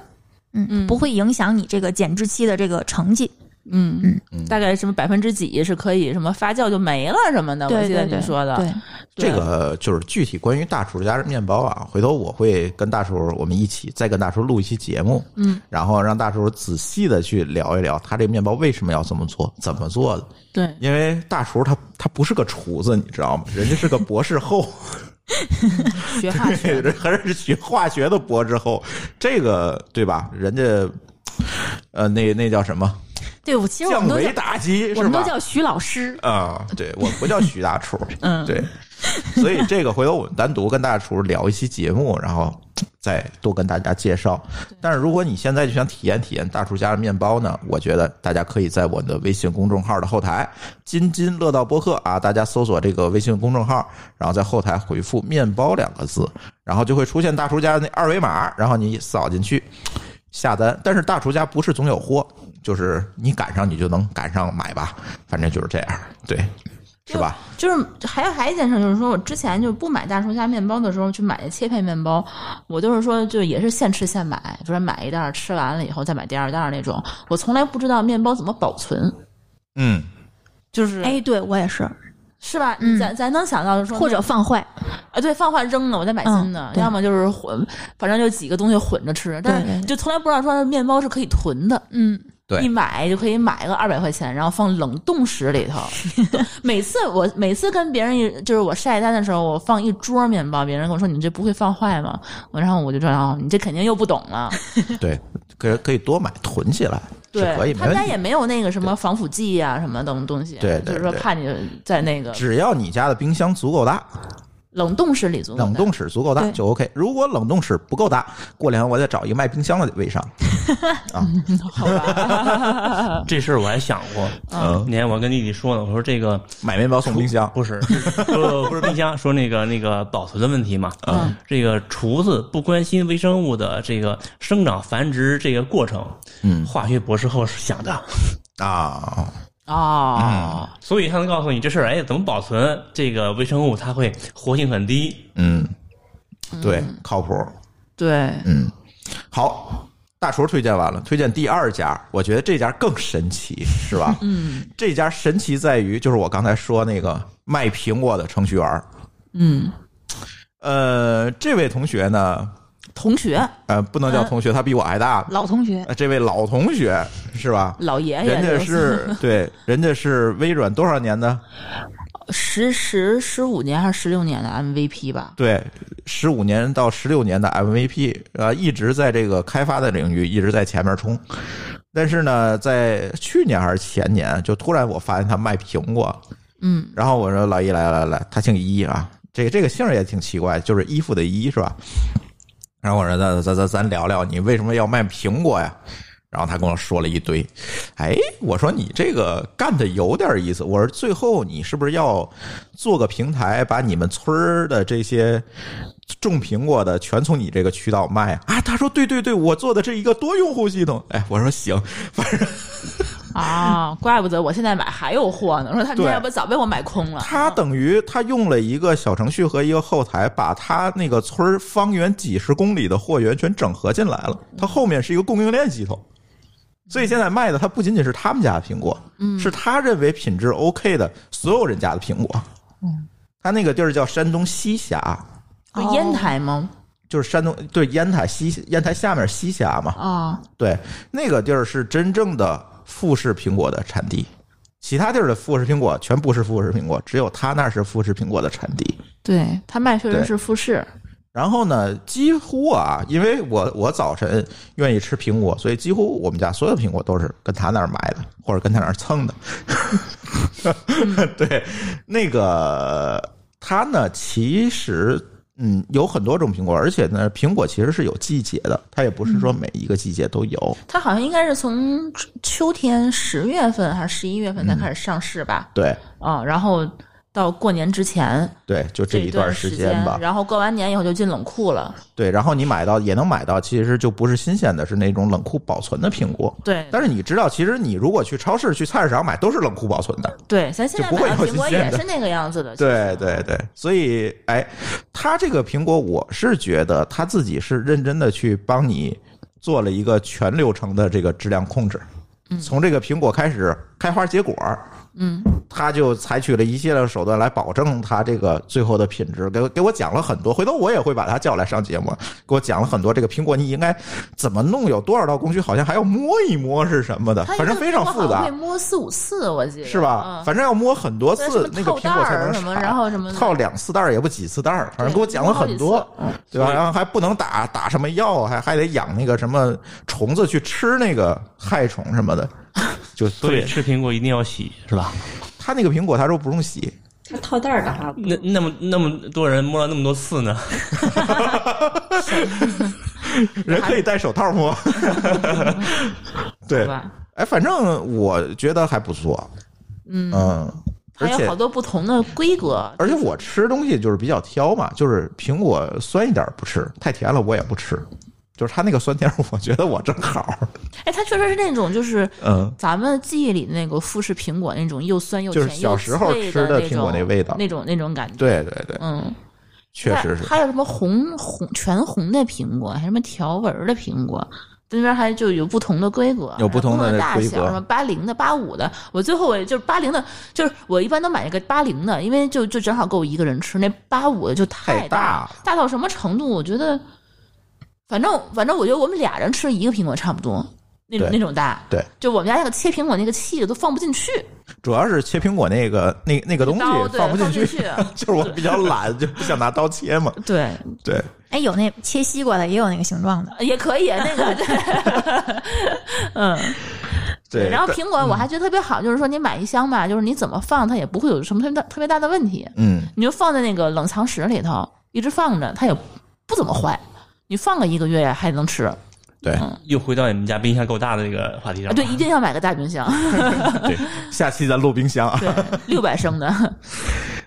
Speaker 2: 嗯，
Speaker 4: 嗯
Speaker 2: 不会影响你这个减脂期的这个成绩。
Speaker 4: 嗯
Speaker 2: 嗯
Speaker 1: 嗯
Speaker 4: 大概什么百分之几是可以什么发酵就没了什么的，
Speaker 2: 对
Speaker 4: 我记得
Speaker 2: 对对
Speaker 4: 你说的，
Speaker 2: 对，
Speaker 1: 这个就是具体关于大厨家面包啊，回头我会跟大厨我们一起再跟大厨录一期节目，嗯，然后让大厨仔细的去聊一聊他这面包为什么要这么做，怎么做的。
Speaker 4: 对
Speaker 1: 因为大厨他他不是个厨子，你知道吗？人家是个博士后。
Speaker 4: 学化学
Speaker 1: 人还是学化学的博士后，这个对吧？人家，呃，那那叫什么？
Speaker 2: 对我其实我
Speaker 1: 降
Speaker 2: 们都
Speaker 1: 维
Speaker 2: 叫
Speaker 1: 打击
Speaker 2: 我
Speaker 1: 是
Speaker 2: 们都
Speaker 1: 吧？
Speaker 2: 叫徐老师，
Speaker 1: 啊、对我不叫徐大厨，
Speaker 4: 嗯
Speaker 1: 对，所以这个回头我们单独跟大厨聊一期节目，然后再多跟大家介绍。但是如果你现在就想体验体验大厨家的面包呢，我觉得大家可以在我的微信公众号的后台“津津乐道播客”啊，大家搜索这个微信公众号，然后在后台回复“面包”两个字，然后就会出现大厨家的那二维码，然后你扫进去。下单，但是大厨家不是总有货，就是你赶上你就能赶上买吧，反正就是这样，对，是吧？
Speaker 4: 就是还有还有一件事，就是说我之前就不买大厨家面包的时候，去买的切片面包，我就是说就也是现吃现买，就是买一袋儿吃完了以后再买第二袋儿那种。我从来不知道面包怎么保存，
Speaker 1: 嗯，
Speaker 4: 就是
Speaker 2: 哎，对我也是，
Speaker 4: 是吧？
Speaker 2: 嗯
Speaker 4: 咱咱能想到就是说
Speaker 2: 或者放坏，
Speaker 4: 啊，对，放坏扔了，我再买新
Speaker 2: 嗯，
Speaker 4: 的
Speaker 2: 对
Speaker 4: 要么就是混，反正就几个东西混着吃，但
Speaker 2: 对
Speaker 4: 是
Speaker 2: 对
Speaker 4: 就从来不知道说面包是可以囤的。
Speaker 2: 嗯，
Speaker 1: 对
Speaker 4: 一买就可以买个二百块钱，然后放冷冻室里 头。每次我每次跟别人一就是我晒单的时候，我放一桌面包，别人跟我说你这不会放坏吗？我然后我就知道哦，你这肯定又不懂了。
Speaker 1: 对，可以可以多买囤起来，是
Speaker 4: 对
Speaker 1: 可以，，没
Speaker 4: 他们
Speaker 1: 问
Speaker 4: 家
Speaker 1: 题
Speaker 4: 也。没有那个什么防腐剂啊，什么东东西，
Speaker 1: 对对
Speaker 4: 就是说
Speaker 1: 对
Speaker 4: 怕你在那个
Speaker 1: 只要你家的冰箱足够大，
Speaker 4: 冷冻室里做。
Speaker 1: 冷冻室足够大
Speaker 2: 对
Speaker 1: 就 OK。如果冷冻室不够大，过两天我再找一个卖冰箱的喂上。
Speaker 4: 好吧？
Speaker 3: 这事儿我还想过。
Speaker 1: 嗯，
Speaker 3: 那天我跟丽丽说呢，我说这个
Speaker 1: 买面包送冰箱，
Speaker 3: 不是，说不是冰箱，说那个那个保存的问题嘛。
Speaker 4: 嗯，
Speaker 3: 这个厨子不关心微生物的这个生长繁殖这个过程，
Speaker 1: 嗯
Speaker 3: 化学博士后是想的，
Speaker 1: 啊，嗯
Speaker 4: 哦，
Speaker 3: 所以他能告诉你这事儿，哎，怎么保存这个微生物，它会活性很低。
Speaker 1: 嗯，对，靠谱，
Speaker 4: 对，
Speaker 1: 嗯，好。大厨推荐完了，推荐第二家，我觉得这家更神奇，是吧？嗯，这家神奇在于，就是我刚才说那个卖苹果的程序员儿，
Speaker 4: 嗯，
Speaker 1: 呃，这位同学呢，
Speaker 4: 同学
Speaker 1: 呃，不能叫同学，他比我还大。
Speaker 2: 老同学，
Speaker 1: 呃这位老同学是吧？
Speaker 4: 老爷爷
Speaker 1: 人家
Speaker 4: 这
Speaker 1: 是对，人家是微软多少年的？
Speaker 4: 十十十五年还是十六年的 MVP 吧？
Speaker 1: 对，十五年到十六年的 MVP，呃，一直在这个开发的领域一直在前面冲。但是呢，在去年还是前年，就突然我发现他卖苹果，
Speaker 4: 嗯，
Speaker 1: 然后我说老一来来来，他姓一啊，这个这个姓儿也挺奇怪，就是衣服的一是吧？然后我说咱咱咱咱聊聊，你为什么要卖苹果呀？然后他跟我说了一堆，哎，我说你这个干的有点意思。我说最后你是不是要做个平台，把你们村儿的这些种苹果的全从你这个渠道卖啊？啊，他说对对对，我做的是一个多用户系统。哎，我说行，反正
Speaker 4: 啊， 怪不得我现在买还有货呢。我说他
Speaker 1: 对
Speaker 4: 们要不早被我买空了。
Speaker 1: 他等于他用了一个小程序和一个后台，把他那个村儿方圆几十公里的货源全整合进来了。他后面是一个供应链系统，所以现在卖的它不仅仅是他们家的苹果，是他认为品质 OK 的所有人家的苹果。他那个地儿叫山东西峡，
Speaker 4: 不
Speaker 2: 哦
Speaker 4: 烟台吗？
Speaker 1: 就是山东对烟台西烟台下面西峡嘛，
Speaker 4: 啊，
Speaker 1: 对，那个地儿是真正的富士苹果的产地，其他地儿的富士苹果全不是富士苹果，只有他那儿是富士苹果的产地。
Speaker 4: 对他卖确
Speaker 1: 对
Speaker 4: 实是富士。
Speaker 1: 然后呢，几乎啊，因为我我早晨愿意吃苹果，所以几乎我们家所有苹果都是跟他那儿买的，或者跟他那儿蹭的。 对，那个他呢，其实嗯有很多种苹果，而且呢，苹果其实是有季节的，它也不是说每一个季节都有。
Speaker 4: 它好像应该是从秋天十月份还是十一月份才开始上市吧？
Speaker 1: 对
Speaker 4: 啊，然后到过年之前
Speaker 1: 对，就这
Speaker 4: 一
Speaker 1: 一段
Speaker 4: 时
Speaker 1: 时间吧。
Speaker 4: 然后过完年以后就进冷库了。
Speaker 1: 对，然后你买到也能买到，其实就不是新鲜的，是那种冷库保存的苹果。
Speaker 4: 对
Speaker 1: 但是你知道，其实你如果去超市、去菜市场买，都是冷库保存的。
Speaker 4: 对，咱现
Speaker 1: 就
Speaker 4: 在
Speaker 1: 不会
Speaker 4: 买
Speaker 1: 有
Speaker 4: 的苹果
Speaker 1: 新鲜
Speaker 4: 也
Speaker 1: 的
Speaker 4: 是那个样子的。
Speaker 1: 对对对，所以哎，他这个苹果，我是觉得他自己是认真的去帮你做了一个全流程的这个质量控制。从这个苹果开始开花结果，
Speaker 4: 嗯，
Speaker 1: 他就采取了一系列手段来保证它这个最后的品质。给我给我讲了很多，回头我也会把他叫来上节目，给我讲了很多这个苹果你应该怎么弄，有多少道工序，好像还要摸一摸是什么的，
Speaker 4: 它一
Speaker 1: 反正
Speaker 4: 个
Speaker 1: 非常
Speaker 4: 苹果
Speaker 1: 复
Speaker 4: 好像
Speaker 1: 杂
Speaker 4: 会。摸四五次，我记得
Speaker 1: 是吧？
Speaker 4: 嗯
Speaker 1: 反正要摸很多
Speaker 4: 对
Speaker 1: 次
Speaker 4: 什么
Speaker 1: 那个
Speaker 4: 套
Speaker 1: 苹果才
Speaker 4: 袋儿
Speaker 1: 能
Speaker 4: 什么
Speaker 1: 产
Speaker 4: 然后什么的
Speaker 1: 套两次袋儿也不几次袋儿，反正
Speaker 4: 对
Speaker 1: 给我讲了很
Speaker 4: 摸
Speaker 1: 多
Speaker 4: 好，
Speaker 1: 对吧？
Speaker 3: 所以
Speaker 1: 然后还不能打打什么药，还还得养那个什么虫子去吃那个害虫什 么的，就
Speaker 3: 所以
Speaker 1: 对
Speaker 3: 吃苹果一定要洗，是吧？
Speaker 1: 他那个苹果他说不用洗，
Speaker 5: 它套袋儿的话，
Speaker 3: 那那么那么多人摸了那么多次呢？
Speaker 1: 人可以戴手套 摸， 对
Speaker 4: 好，吧？
Speaker 1: 哎，反正我觉得还不错，嗯而
Speaker 4: 还
Speaker 1: 且
Speaker 4: 有好多不同的规格，
Speaker 1: 而且我吃东西就是比较挑嘛，就是苹果酸一点不吃，太甜了我也不吃。就是它那个酸甜，我觉得我正好。
Speaker 4: 哎，它确实是那种就是
Speaker 1: 嗯，
Speaker 4: 咱们记忆里那个富士苹果那种又酸又
Speaker 1: 就是
Speaker 4: 甜
Speaker 1: 小
Speaker 4: 又
Speaker 1: 时候
Speaker 4: 脆
Speaker 1: 吃的
Speaker 4: 的
Speaker 1: 苹果那
Speaker 4: 那种
Speaker 1: 味道
Speaker 4: 那种那种感觉。，
Speaker 1: 对对对，
Speaker 4: 嗯，
Speaker 1: 确实是
Speaker 4: 它。还有什么红红全红的苹果，还有什么条纹儿的苹果。那边还就有不同的规格，
Speaker 1: 有不同的
Speaker 4: 然
Speaker 1: 那
Speaker 4: 后大
Speaker 1: 规
Speaker 4: 小，
Speaker 1: 格
Speaker 4: 什么八零的、八五的。我最后我就是八零的，就是我一般都买一个八零的，因为就就正好够一个人吃。那八五的就
Speaker 1: 太
Speaker 4: 太
Speaker 1: 大
Speaker 4: 大
Speaker 1: 了，
Speaker 4: 大到什么程度？我觉得，反正反正我觉得我们俩人吃一个苹果差不多，那种
Speaker 1: 对
Speaker 4: 那种大。
Speaker 1: 对，
Speaker 4: 就我们家那个切苹果那个器都放不进去，
Speaker 1: 主要是切苹果那个那那个东
Speaker 4: 刀
Speaker 1: 西
Speaker 4: 对
Speaker 1: 放不进
Speaker 4: 放进
Speaker 1: 去，
Speaker 4: 去
Speaker 1: 就是我比较懒，就不想拿刀切嘛。
Speaker 4: 对，
Speaker 1: 对，
Speaker 2: 哎，有那切西瓜的，也有那个形状的，
Speaker 4: 也可以啊那个，对嗯，
Speaker 1: 对，
Speaker 4: 然后
Speaker 1: 但
Speaker 4: 苹果我还觉得特别好，就是说你买一箱吧，就是你怎么放它也不会有什么特别大特别大的问题，
Speaker 1: 嗯，
Speaker 4: 你就放在那个冷藏室里头一直放着，它也不怎么坏。你放个一个月还能吃，啊
Speaker 1: 对
Speaker 3: 又回到你们家冰箱够大的那个话题上了。
Speaker 4: 对，一定要买个大冰箱，
Speaker 1: 对，下期咱录冰箱啊。
Speaker 4: 对，六百升的，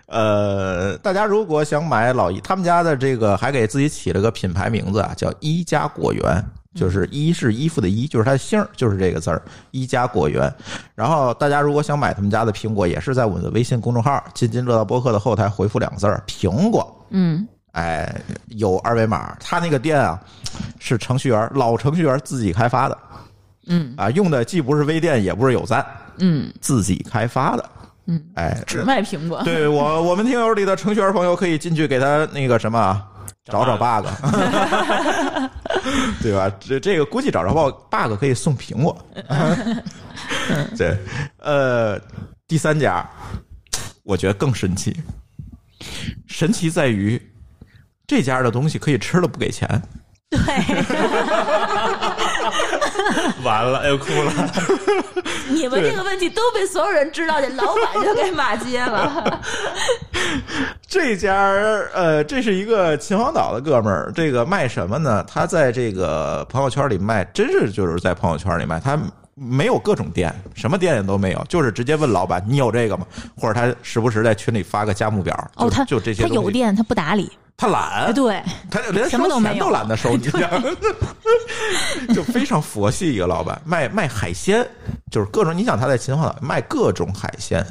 Speaker 1: 呃，大家如果想买老一他们家的这个，还给自己起了个品牌名字啊，叫一家果园，
Speaker 4: 嗯
Speaker 1: 就是一是衣服的一，就是它的姓儿，就是这个字儿，一家果园。然后大家如果想买他们家的苹果，也是在我们的微信公众号“津津乐道播客”的后台回复两个字儿“苹果”，
Speaker 4: 嗯，
Speaker 1: 哎，有二维码。他那个店啊，是程序员老程序员自己开发的
Speaker 4: 嗯
Speaker 1: 啊，用的既不是微店也不是有赞，
Speaker 4: 嗯，
Speaker 1: 自己开发的。
Speaker 4: 嗯，
Speaker 1: 哎，
Speaker 4: 只卖苹果，，
Speaker 1: 对我我们听友里的程序员朋友可以进去给他那个什么啊找找
Speaker 3: 找
Speaker 1: bug，对吧？这这个估计找着 bug bug 可以送苹果。对，呃，第三家我觉得更神奇，神奇在于这家的东西可以吃了不给钱。
Speaker 3: 完了，哎又哭了。
Speaker 2: 你们这个问题都被所有人知道，这老板就给骂街了。
Speaker 1: 这家儿呃，这是一个秦皇岛的哥们儿，这个卖什么呢？他在这个朋友圈里卖，真是就是在朋友圈里卖，他没有各种店，什么店也都没有，就是直接问老板你有这个吗？或者他时不时在群里发个价目表，就
Speaker 2: 哦，他
Speaker 1: 就这些
Speaker 2: 他
Speaker 1: 东西
Speaker 2: 有，店，他不打理。
Speaker 1: 他
Speaker 2: 哎，
Speaker 1: 懒，
Speaker 2: 对，
Speaker 1: 他就连
Speaker 2: 什么
Speaker 1: 收
Speaker 2: 都没
Speaker 1: 钱
Speaker 2: 有啊
Speaker 1: 懒得收你，这 样 就非常佛系一个老板，卖卖海鲜，就是各种，你想他在秦皇岛卖各种海鲜。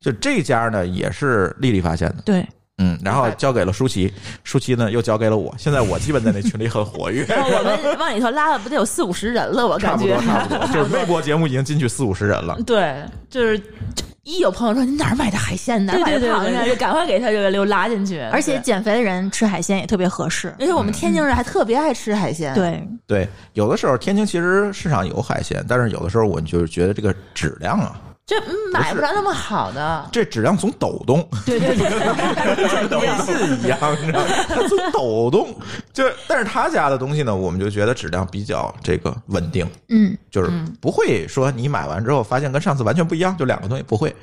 Speaker 1: 就这家呢，也是丽丽发现的，
Speaker 2: 对，
Speaker 1: 嗯，然后交给了舒淇，舒淇呢又交给了我。现在我基本在那群里很活 跃
Speaker 4: 然后我们往里头拉了不得有四五十人了，我
Speaker 1: 差
Speaker 4: 感
Speaker 1: 不
Speaker 4: 觉
Speaker 1: 多。差不多，就是微博节目已经进去四五十人
Speaker 2: 嗯
Speaker 1: 了。
Speaker 4: 对，就是一有朋友说你哪儿买的海鲜，哪儿买的
Speaker 2: 对对对
Speaker 4: 螃
Speaker 2: 对
Speaker 4: 蟹，
Speaker 2: 对
Speaker 4: 就赶快给他这个溜拉进去。
Speaker 2: 而且
Speaker 4: 呃对，
Speaker 2: 减肥的人吃海鲜也特别合适。
Speaker 4: 而且我们天津人还特别爱吃海鲜。，
Speaker 2: 对，
Speaker 1: 对，有的时候天津其实市场有海鲜，但是有的时候我就是觉得这个质量啊，
Speaker 4: 这嗯买不着那么好的。
Speaker 1: 这质量总抖动，
Speaker 2: 对对对，
Speaker 1: 跟微信一样，你知道吗？它总抖动。就是，但是他家的东西呢，我们就觉得质量比较这个稳定，
Speaker 2: 嗯，
Speaker 1: 就是不会说你买完之后发现跟上次完全不一样，就两个东西不会，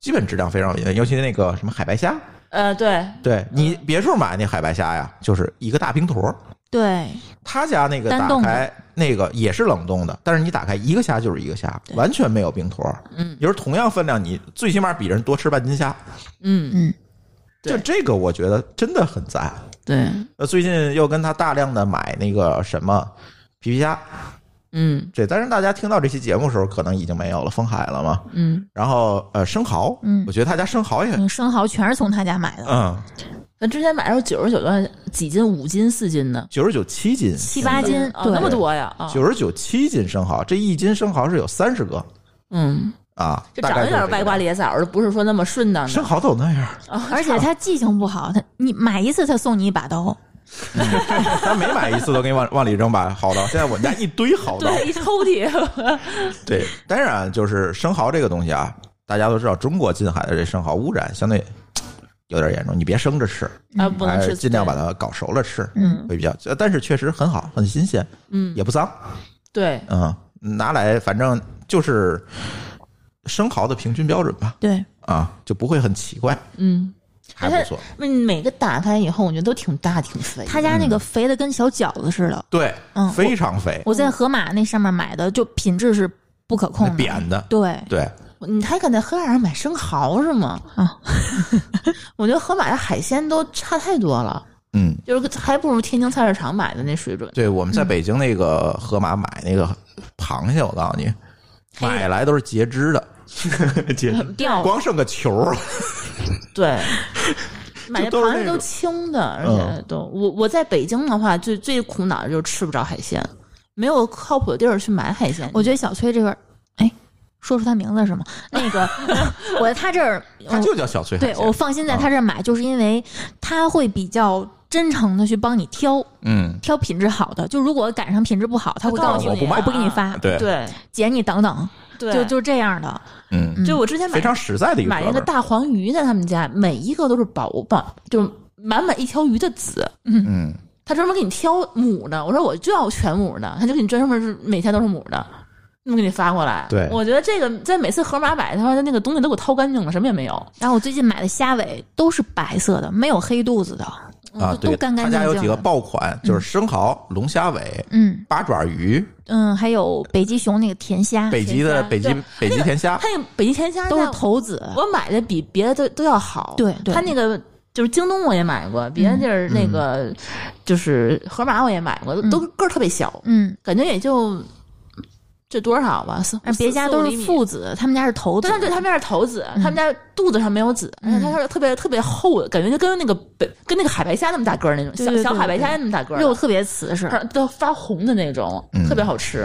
Speaker 1: 基本质量非常稳定。尤其那个什么海白虾，
Speaker 4: 呃，对，
Speaker 1: 对你别处买那海白虾呀，就是一个大冰坨儿。
Speaker 2: 对，
Speaker 1: 他家那个
Speaker 2: 单
Speaker 1: 打
Speaker 2: 冻的
Speaker 1: 开那个也是冷冻的，但是你打开一个虾就是一个虾，完全没有冰坨儿。
Speaker 4: 嗯，
Speaker 1: 也就是同样分量，你最起码比人多吃半斤虾。
Speaker 4: 嗯，
Speaker 2: 嗯，
Speaker 4: 对
Speaker 1: 就这个，我觉得真的很赞。
Speaker 4: 对，
Speaker 1: 呃，最近又跟他大量的买那个什么皮皮虾，
Speaker 4: 嗯
Speaker 1: 对，但是大家听到这期节目的时候，可能已经没有了，封海了嘛。
Speaker 4: 嗯，
Speaker 1: 然后呃，生蚝，
Speaker 2: 嗯
Speaker 1: 我觉得他家生蚝也，
Speaker 2: 嗯生蚝全是从他家买的，
Speaker 1: 嗯，
Speaker 4: 那之前买的时候九十九多几斤，五斤、四斤的，
Speaker 1: 九十九七斤，
Speaker 2: 七八斤，
Speaker 4: 啊
Speaker 2: 对，
Speaker 4: 那么多呀啊！
Speaker 1: 九十九七斤生蚝，这一斤生蚝是有三十个
Speaker 4: 嗯，
Speaker 1: 啊，
Speaker 4: 就
Speaker 1: 大
Speaker 4: 长
Speaker 1: 概
Speaker 4: 得
Speaker 1: 就
Speaker 4: 有
Speaker 1: 是这
Speaker 4: 点
Speaker 1: 个
Speaker 4: 歪瓜裂枣的，不是说那么顺当
Speaker 1: 生
Speaker 4: 的。
Speaker 1: 蚝都那样，
Speaker 2: 而且他记性不好，他你买一次他送你一把刀，
Speaker 1: 他每买一次都给你往往里扔把蚝刀。现在我们家一堆 蚝刀。
Speaker 4: 对，一抽屉。
Speaker 1: 对，当然啊就是生蚝这个东西啊，大家都知道，中国近海的这生蚝污染相对有点严重，你别生着吃，
Speaker 4: 啊，不能
Speaker 1: 还是
Speaker 4: 吃，
Speaker 1: 哎尽量把它搞熟了吃，
Speaker 2: 嗯，
Speaker 1: 会比较。呃但是确实很好，很新鲜，
Speaker 4: 嗯
Speaker 1: 也不脏，
Speaker 4: 对，
Speaker 1: 嗯，拿来反正就是生蚝的平均标准吧，
Speaker 2: 对，
Speaker 1: 啊，就不会很奇怪，
Speaker 4: 嗯，
Speaker 1: 还不错。
Speaker 4: 嗯每个打开以后，我觉得都挺大挺肥。
Speaker 2: 他家那
Speaker 1: 嗯
Speaker 2: 个肥的跟小饺子似的，
Speaker 1: 对，
Speaker 2: 嗯
Speaker 1: 非常肥，
Speaker 2: 我在盒马那上面买的，就品质是不可控
Speaker 1: 那
Speaker 2: 的，
Speaker 1: 扁的，
Speaker 2: 对，
Speaker 1: 对，
Speaker 4: 你还敢在河马上买生蚝是吗？
Speaker 2: 啊，
Speaker 4: 我觉得河马的海鲜都差太多了，
Speaker 1: 嗯。
Speaker 4: 就是还不如天津菜市场买的那水 准。
Speaker 1: 对，我们在北京那个河马买那个螃蟹，我告诉你，买来都是截肢的，截肢
Speaker 2: 掉
Speaker 1: 光剩个球儿了。
Speaker 4: 对，买的
Speaker 1: 都是
Speaker 4: 螃
Speaker 1: 那种
Speaker 4: 蟹
Speaker 1: 嗯
Speaker 4: 都青的，而且都我我在北京的话，最最苦恼的就是吃不着海鲜，没有靠谱的地儿去买海鲜。
Speaker 2: 我觉得小崔这边，哎，说出他名字是吗？那 个，我在他这儿，
Speaker 1: 它
Speaker 2: 我
Speaker 1: 就叫小崔海
Speaker 2: 嗯对我
Speaker 1: 鲜。
Speaker 2: 放
Speaker 4: 嗯
Speaker 2: 心在他这儿买，就是因为他会比较真诚的去帮你挑
Speaker 1: 嗯，
Speaker 2: 挑品质好的。就如果赶上品质不好，他会告诉
Speaker 1: 我
Speaker 2: 你，啊
Speaker 1: 不卖啊
Speaker 2: 我不给你发，
Speaker 1: 对，
Speaker 4: 啊对
Speaker 2: 姐你等等，
Speaker 4: 对，
Speaker 2: 就就这样的。
Speaker 1: 嗯，
Speaker 4: 就我之前买
Speaker 1: 非常实在的一个
Speaker 4: 买那
Speaker 1: 哥
Speaker 4: 个
Speaker 1: 们儿。
Speaker 4: 大黄鱼，在他们家每一个都是宝宝，就是满满一条鱼的籽。
Speaker 1: 嗯，
Speaker 4: 他专门给你挑母的，我说我就要全母的，他就给你专门是每天都是母的，那么给你发过来。
Speaker 1: 对
Speaker 4: 我觉得这个在每次盒马买，他说那个东西都给我掏干净了，什么也没有。
Speaker 2: 然后我最近买的虾尾都是白色的，没有黑肚子的，
Speaker 1: 啊，
Speaker 2: 都
Speaker 1: 对，
Speaker 2: 嗯都干干
Speaker 1: 他家有
Speaker 2: 净
Speaker 1: 几
Speaker 2: 净
Speaker 1: 个
Speaker 2: 的。
Speaker 1: 爆款，就是生蚝、龙虾尾、
Speaker 2: 嗯
Speaker 1: 八爪鱼、
Speaker 2: 嗯，还有北极熊那个甜虾，
Speaker 1: 北极的
Speaker 4: 虾
Speaker 1: 北极
Speaker 4: 对
Speaker 1: 北极甜虾。
Speaker 4: 他那个北极甜虾
Speaker 2: 都是
Speaker 4: 在
Speaker 2: 头子。
Speaker 4: 我买的比别的都都要好。
Speaker 2: 对对
Speaker 4: 他那个就是京东我也买过，别的地儿
Speaker 1: 嗯
Speaker 4: 那个就是盒马我也买过，都个儿特别小，
Speaker 2: 嗯，
Speaker 4: 感觉也就这多少吧？四
Speaker 2: 而别家都是，父子，他们家是头子
Speaker 4: 对，对，他们家是头子，他们家肚子上没有子，而且它是特别特别厚的，感觉就跟那个北跟那个海白虾那么大个儿那种，
Speaker 2: 对
Speaker 4: 小
Speaker 2: 对
Speaker 4: 小
Speaker 2: 对
Speaker 4: 海白
Speaker 2: 对
Speaker 4: 虾那么大个儿，
Speaker 2: 肉特别瓷实。
Speaker 4: 都发红的那种，特别好吃。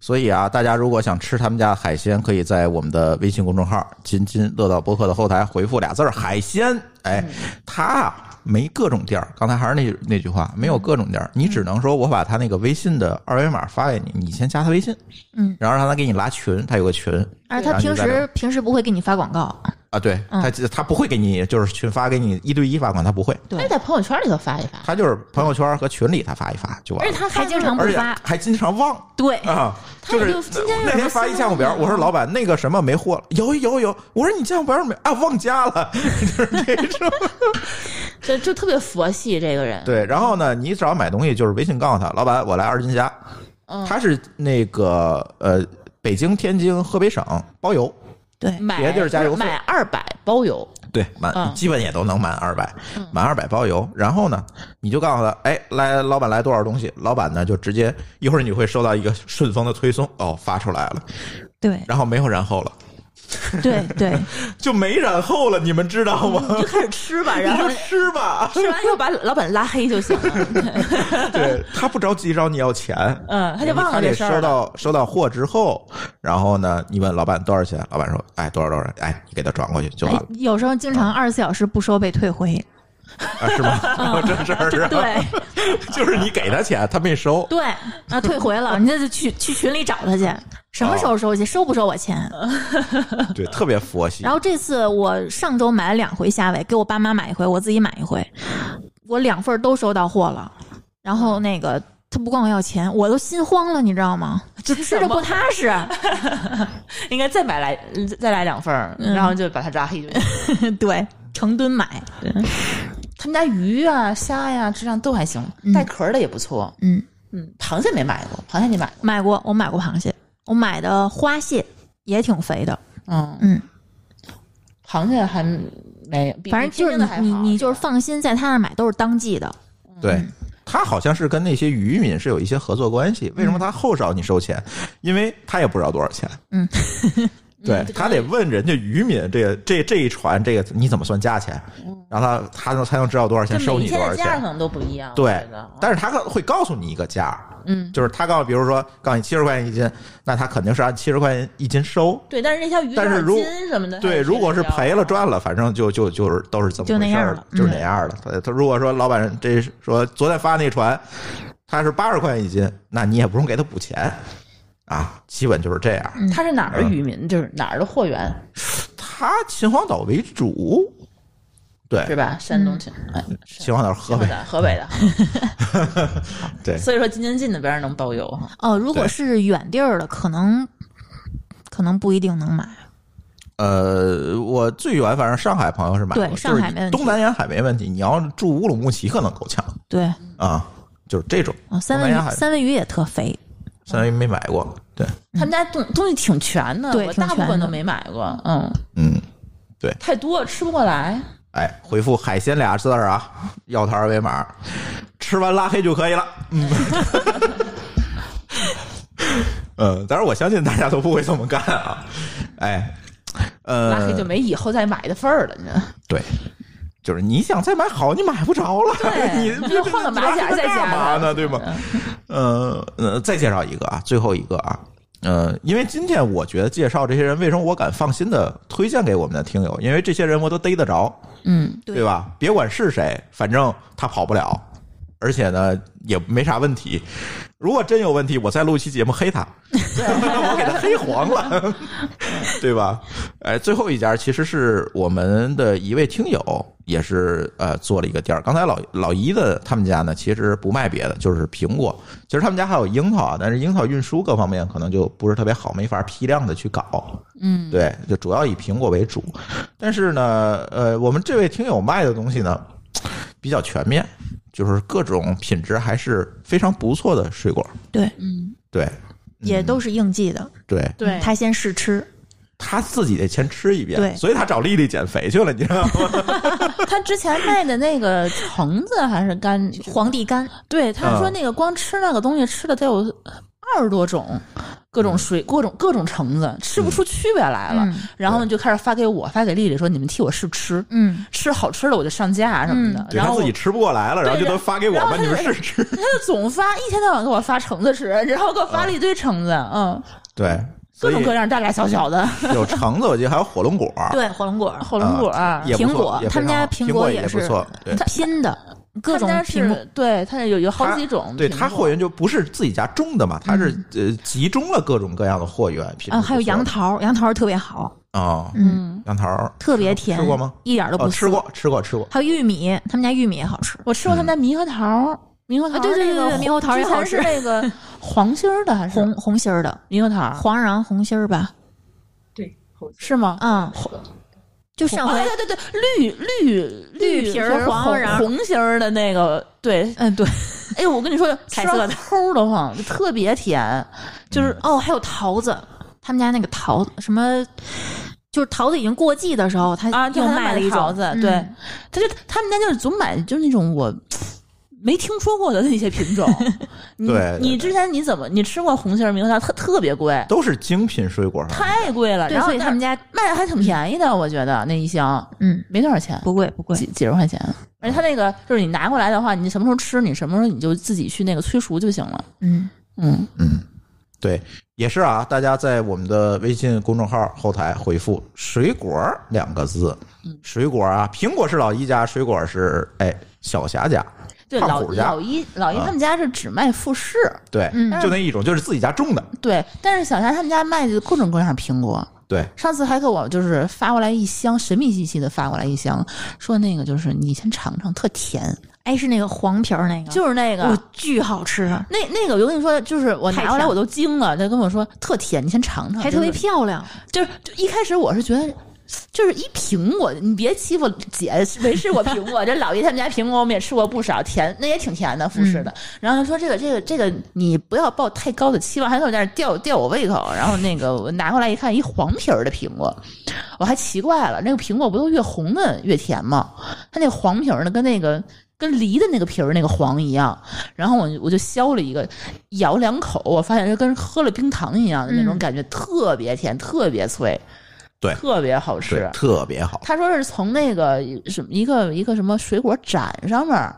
Speaker 1: 所以啊，大家如果想吃他们家的海鲜，可以在我们的微信公众号“津津乐道播客”的后台回复俩字儿“海鲜”。哎，
Speaker 2: 嗯
Speaker 1: 他啊没各种店儿，刚才还是那那句话，
Speaker 2: 嗯
Speaker 1: 没有各种店儿，你只能说我把他那个微信的二维码发给你，你先加他微信，
Speaker 2: 嗯，
Speaker 1: 然后让他给你拉群，他有个群
Speaker 2: 而他平时平时不会给你发广告，
Speaker 1: 啊，对
Speaker 2: 嗯
Speaker 1: 他他不会给你就是群发给你一对一发款，他不会，
Speaker 4: 可以哎在朋友圈里头发一发，
Speaker 1: 他就是朋友圈和群里他发一发就完
Speaker 4: 而
Speaker 1: 了
Speaker 4: 且，他
Speaker 2: 还经常
Speaker 1: 而且
Speaker 2: 发
Speaker 1: 还经常忘。
Speaker 2: 对，
Speaker 1: 啊，
Speaker 4: 他也
Speaker 1: 是
Speaker 4: 就今天有
Speaker 1: 那
Speaker 4: 什么
Speaker 1: 天发一
Speaker 4: 新
Speaker 1: 价目表，我说老板那个什么没货了，有有有，我说你价目表没啊忘加了， 就是这 种。
Speaker 4: 就就特别佛系这个人，
Speaker 1: 对，然后呢，你只要买东西就是微信告诉他，老板我来二斤虾，
Speaker 4: 嗯
Speaker 1: 他是那个呃北京、天津、河北省包邮，
Speaker 2: 对
Speaker 4: 买
Speaker 1: 别地儿加油费
Speaker 4: 买二百包邮，
Speaker 1: 对，满、
Speaker 4: 嗯
Speaker 1: 基本也都能满二百，满二百包邮。然后呢，你就告诉他，哎，来，老板来多少东西，老板呢就直接一会儿你会收到一个顺丰的推送，哦，发出来了，
Speaker 2: 对
Speaker 1: 然后没有然后了，
Speaker 2: 对对，
Speaker 1: 就没然后了，你们知道吗？
Speaker 4: 嗯就开始 吃吧，然
Speaker 1: 你
Speaker 4: 后
Speaker 1: 就吃吧。
Speaker 4: 吃完以后把老板拉黑就行了。
Speaker 1: 对他不着急找你要钱，
Speaker 4: 嗯， 他就忘了
Speaker 1: 得
Speaker 4: 这事儿
Speaker 1: 收
Speaker 4: 了。
Speaker 1: 到收到货之后，然后呢，你问老板多少钱，老板说，哎，多少多少，哎，你给他转过去就完
Speaker 2: 哎
Speaker 1: 了，
Speaker 2: 有时候经常二十四小时不收被退回，
Speaker 4: 哎
Speaker 1: 啊，是 吗？
Speaker 4: 嗯
Speaker 1: 这事儿是吧，
Speaker 2: 对
Speaker 1: 就是你给他钱，他没收，
Speaker 2: 对，啊退回了，你这就去去群里找他去，什么时候收去，收不收我钱？
Speaker 1: 对，特别佛系
Speaker 2: 然。后这次我上周买了两回虾尾，给我爸妈买一回，我自己买一回，我两份儿都收到货了。然后那个他不管我要钱，我都心慌了，你知道吗？就吃着不踏实。
Speaker 4: 应该再买来再来两份儿，然后就把它拉黑就行。
Speaker 2: 对，成吨买。
Speaker 4: 他们家鱼啊、虾呀、质量都还行，带壳儿的也不错。
Speaker 2: 嗯，
Speaker 4: 嗯，螃蟹没买过，螃蟹你买过？
Speaker 2: 买过，我买过螃蟹，我买的花蟹也挺肥的。
Speaker 4: 嗯
Speaker 2: 嗯，
Speaker 4: 螃蟹还没有，比
Speaker 2: 反正
Speaker 4: 比
Speaker 2: 就
Speaker 4: 天
Speaker 2: 是
Speaker 4: 津的还
Speaker 2: 你你
Speaker 4: 好
Speaker 2: 你就是放心，在他那儿买都是当季的。
Speaker 1: 对他好像是跟那些渔民是有一些合作关系。为什么他后找你收钱？因为他也不知道多少钱。
Speaker 2: 嗯，
Speaker 1: 对他得问人家渔民这个这这一船这个你怎么算价钱，然后他他能才能知道多少钱
Speaker 4: 就
Speaker 1: 收
Speaker 4: 每
Speaker 1: 你
Speaker 4: 天
Speaker 1: 多少
Speaker 4: 的价
Speaker 1: 钱
Speaker 4: 可。能都不一样。我
Speaker 1: 对
Speaker 4: 觉得啊，
Speaker 1: 但是他会告诉你一个价儿，
Speaker 4: 嗯
Speaker 1: 就是他告诉，比如说告诉你七十块钱一斤，那他肯定是按七十块钱一斤收。
Speaker 4: 对，但是那条鱼
Speaker 1: 但是
Speaker 4: 多少
Speaker 1: 如
Speaker 4: 斤什么的，
Speaker 1: 对，如果是赔
Speaker 4: 啊
Speaker 1: 了赚了，反正就就就是都是这
Speaker 2: 就
Speaker 1: 么
Speaker 2: 那
Speaker 1: 回事
Speaker 2: 样
Speaker 1: 儿
Speaker 2: 了嗯
Speaker 1: 就是那样了。他他如果说老板这是说昨天发那船，他是八十块钱一斤，那你也不用给他补钱啊，基本就是这
Speaker 2: 嗯
Speaker 1: 样。
Speaker 4: 他是哪
Speaker 1: 嗯
Speaker 4: 儿的渔民，就是哪儿的货源，
Speaker 1: 他秦皇岛为主，对
Speaker 4: 是，吧？山东秦，哎，
Speaker 1: 秦皇岛是河北，
Speaker 4: 的，河北的。
Speaker 1: 对
Speaker 4: 所以说京津冀那边能包邮哈。
Speaker 2: 哦，如果
Speaker 1: 对
Speaker 2: 是远地儿的，可能可能不一定能买。
Speaker 1: 呃，我最远反正上海朋友是买过，
Speaker 2: 对上
Speaker 1: 就
Speaker 2: 海
Speaker 1: 是
Speaker 2: 没问题
Speaker 1: 东南沿海没问题。你要住乌鲁木齐可能够呛
Speaker 2: 对，
Speaker 4: 嗯
Speaker 1: 啊，就是这种。
Speaker 2: 哦、三文
Speaker 1: 东南沿
Speaker 2: 鱼
Speaker 1: 海
Speaker 2: 三文鱼也特肥。
Speaker 1: 相当于没买过，对，
Speaker 4: 他们家东东西嗯挺全的，
Speaker 2: 对
Speaker 4: 我
Speaker 2: 挺
Speaker 4: 大部
Speaker 2: 全
Speaker 4: 分
Speaker 2: 的
Speaker 4: 都没买过，嗯，
Speaker 1: 嗯，
Speaker 4: 太多了吃不过来。
Speaker 1: 哎，回复“海鲜”俩字儿啊，要他二维码，吃完拉黑就可以了。嗯，嗯，当然我相信大家都不会这么干啊。哎，呃，
Speaker 4: 拉黑就没以后再买的份儿了，你知道吗
Speaker 1: 对，就是你想再买好，你买不着了，你
Speaker 4: 对就换个马甲再加嗯
Speaker 1: 干嘛呢？对吗？呃呃，再介绍一个啊，最后一个啊。呃，因为今天我觉得介绍这些人，为什么我敢放心的推荐给我们的听友？因为这些人我都逮得着，
Speaker 4: 嗯，
Speaker 2: 对
Speaker 1: 对吧？别管是谁，反正他跑不了，而且呢也没啥问题。如果真有问题，我再录一期节目黑他，我给他黑黄了，对吧？哎，最后一家其实是我们的一位听友，也是呃做了一个店儿。刚才老老姨的他们家呢，其实不卖别的，就是苹果。其实他们家还有樱桃啊，但是樱桃运输各方面可能就不是特别好，没法批量的去搞。嗯，对，就主要以苹果为主。但是呢，呃，我们这位听友卖的东西呢，比较全面，就是各种品质还是非常不错的水果。
Speaker 2: 对，
Speaker 1: 对嗯
Speaker 2: 也都是应季的。嗯
Speaker 1: 对，
Speaker 4: 对
Speaker 2: 他先试吃。
Speaker 1: 他自己得先吃一遍，
Speaker 2: 对
Speaker 1: 所以他找丽丽减肥去了，你知道 吗？
Speaker 4: 他之前卖的那个橙子还是柑，
Speaker 2: 皇帝柑，
Speaker 4: 对，他
Speaker 1: 嗯
Speaker 4: 说那个光吃那个东西吃了得有二十多种，各种水，各种各种橙子，吃不出区别来了。
Speaker 2: 嗯
Speaker 4: 然后呢，就开始发给我，发给丽丽说：“你们替我试吃，
Speaker 2: 嗯，
Speaker 4: 吃好吃的我就上架啊什么的。
Speaker 1: 对
Speaker 4: 然
Speaker 1: 他
Speaker 4: 后
Speaker 1: 自己吃不过来了，然后就
Speaker 4: 对
Speaker 1: 都发给我
Speaker 4: 然后
Speaker 1: 吧，
Speaker 4: 他
Speaker 1: 你们
Speaker 4: 就
Speaker 1: 试吃。
Speaker 4: 他就总发，一天到晚给我发橙子吃， 然后给我发了一堆橙子，嗯，
Speaker 1: 对，
Speaker 4: 各
Speaker 1: 所以
Speaker 4: 种各样，大大小小的
Speaker 1: 有橙子，我记得还有火龙果，
Speaker 2: 嗯对，火龙果、
Speaker 4: 火龙果啊。
Speaker 1: 也不
Speaker 2: 苹
Speaker 1: 错
Speaker 2: 果
Speaker 1: 也非
Speaker 2: 他们
Speaker 1: 常
Speaker 2: 家
Speaker 1: 好
Speaker 2: 苹
Speaker 1: 苹
Speaker 2: 果
Speaker 1: 也
Speaker 2: 也
Speaker 1: 不
Speaker 2: 是
Speaker 1: 错，对。
Speaker 2: 拼的各种
Speaker 4: 他们家
Speaker 2: 苹果，
Speaker 4: 是，对，它有有好
Speaker 1: 它
Speaker 4: 几种苹果。
Speaker 1: 对它货源就不是自己家种的嘛，它是呃集中了各种各样的货源，品质
Speaker 2: 嗯啊，还有
Speaker 1: 不错
Speaker 2: 杨桃，杨桃特别好，
Speaker 1: 哦，
Speaker 2: 嗯，
Speaker 1: 杨桃儿
Speaker 2: 特别甜，
Speaker 1: 吃过吗？
Speaker 2: 一点儿都不
Speaker 1: 哦，
Speaker 2: 涩
Speaker 1: 吃。过吃过吃过，
Speaker 2: 还有玉米，他们家玉米也好吃。
Speaker 4: 我吃过
Speaker 1: 嗯
Speaker 4: 他们家猕猴桃，猕猴桃
Speaker 2: 啊对对
Speaker 4: 那个
Speaker 2: 对对猕猴桃也
Speaker 4: 之前
Speaker 2: 好吃
Speaker 4: 是那个 黄心儿的还是
Speaker 2: 红红心儿的，
Speaker 4: 猕猴
Speaker 1: 啊
Speaker 4: 桃？
Speaker 2: 黄瓤红心儿吧，
Speaker 5: 对，猴子
Speaker 4: 是吗？
Speaker 2: 嗯，就上回
Speaker 4: 啊，对对对，绿绿
Speaker 2: 绿皮儿
Speaker 4: 黄
Speaker 2: 黄瓤儿
Speaker 4: 红心儿的那个，对，
Speaker 2: 嗯对，
Speaker 4: 哎，我跟你说，
Speaker 2: 彩色的
Speaker 4: 吃到齁的慌，就特别甜，
Speaker 2: 就是
Speaker 1: 嗯
Speaker 2: 哦，还有桃子，他们家那个桃什么，就是桃子已经过季的时候，他
Speaker 4: 啊，就
Speaker 2: 又
Speaker 4: 还
Speaker 2: 卖了
Speaker 4: 买
Speaker 2: 一种
Speaker 4: 桃子，
Speaker 2: 嗯
Speaker 4: 对，他就他们家就是总买，就是那种我没听说过的那些品 种。你
Speaker 1: 对对
Speaker 4: 你
Speaker 1: 对
Speaker 4: 之前你怎么你吃过红心儿猕猴桃？特特别贵，
Speaker 1: 都是精品水果哈。
Speaker 4: 太贵了。
Speaker 2: 对，
Speaker 4: 然后
Speaker 2: 所以他们家
Speaker 4: 卖的还挺便宜的，我觉得那一箱
Speaker 2: 嗯
Speaker 4: 没多少钱，
Speaker 2: 不贵不贵，
Speaker 4: 几几十块钱。而且他那个就是你拿过来的话，你什么时候吃，你什么时候你就自己去那个催熟就行了。
Speaker 2: 嗯，
Speaker 4: 嗯，
Speaker 1: 对，也是啊，大家在我们的微信公众号后台回复“水果”两个字，
Speaker 4: 嗯
Speaker 1: 水果啊，苹果是老一家，水果是哎小霞家，
Speaker 4: 对，
Speaker 1: 胖
Speaker 4: 老
Speaker 1: 虎家
Speaker 4: 老一老一
Speaker 1: 啊
Speaker 4: 他们家是只卖富士，
Speaker 1: 对，
Speaker 2: 嗯
Speaker 1: 就那一种，就是自己家种的，
Speaker 4: 对，但是小霞他们家卖的各种各样的苹果。
Speaker 1: 对，
Speaker 4: 上次还给我就是发过来一箱，神秘兮兮的发过来一箱，说那个就是你先尝尝，特甜，
Speaker 2: 哎是那个黄皮儿那个，
Speaker 4: 就是那个。
Speaker 2: 我巨好吃，啊
Speaker 4: 那那个，我跟你说，就是我
Speaker 2: 哦太
Speaker 4: 拿过来
Speaker 2: 甜
Speaker 4: 我都惊了，他跟我说特甜，你先尝尝，
Speaker 2: 还特别漂亮，
Speaker 4: 就是就一开始我是觉得。就是一苹果，你别欺负姐，没吃过苹果。这老爷他们家苹果我们也吃过不少，甜那也挺甜的，富士的。然后他说这个这个这个，你不要抱太高的期望，还在我那儿吊吊我胃口。然后那个我拿过来一看，一黄皮儿的苹果，我还奇怪了，那个苹果不都越红的越甜吗？它那个黄皮儿呢，跟那个跟梨的那个皮儿那个黄一样。然后我就我就削了一个，咬两口，我发现就跟喝了冰糖一样的那种
Speaker 2: 嗯
Speaker 4: 感觉，特别甜，特别脆，
Speaker 1: 对
Speaker 4: 特别好
Speaker 1: 对
Speaker 4: 吃，。
Speaker 1: 特别好，
Speaker 4: 他说是从那个什么一个一个什么水果展上面儿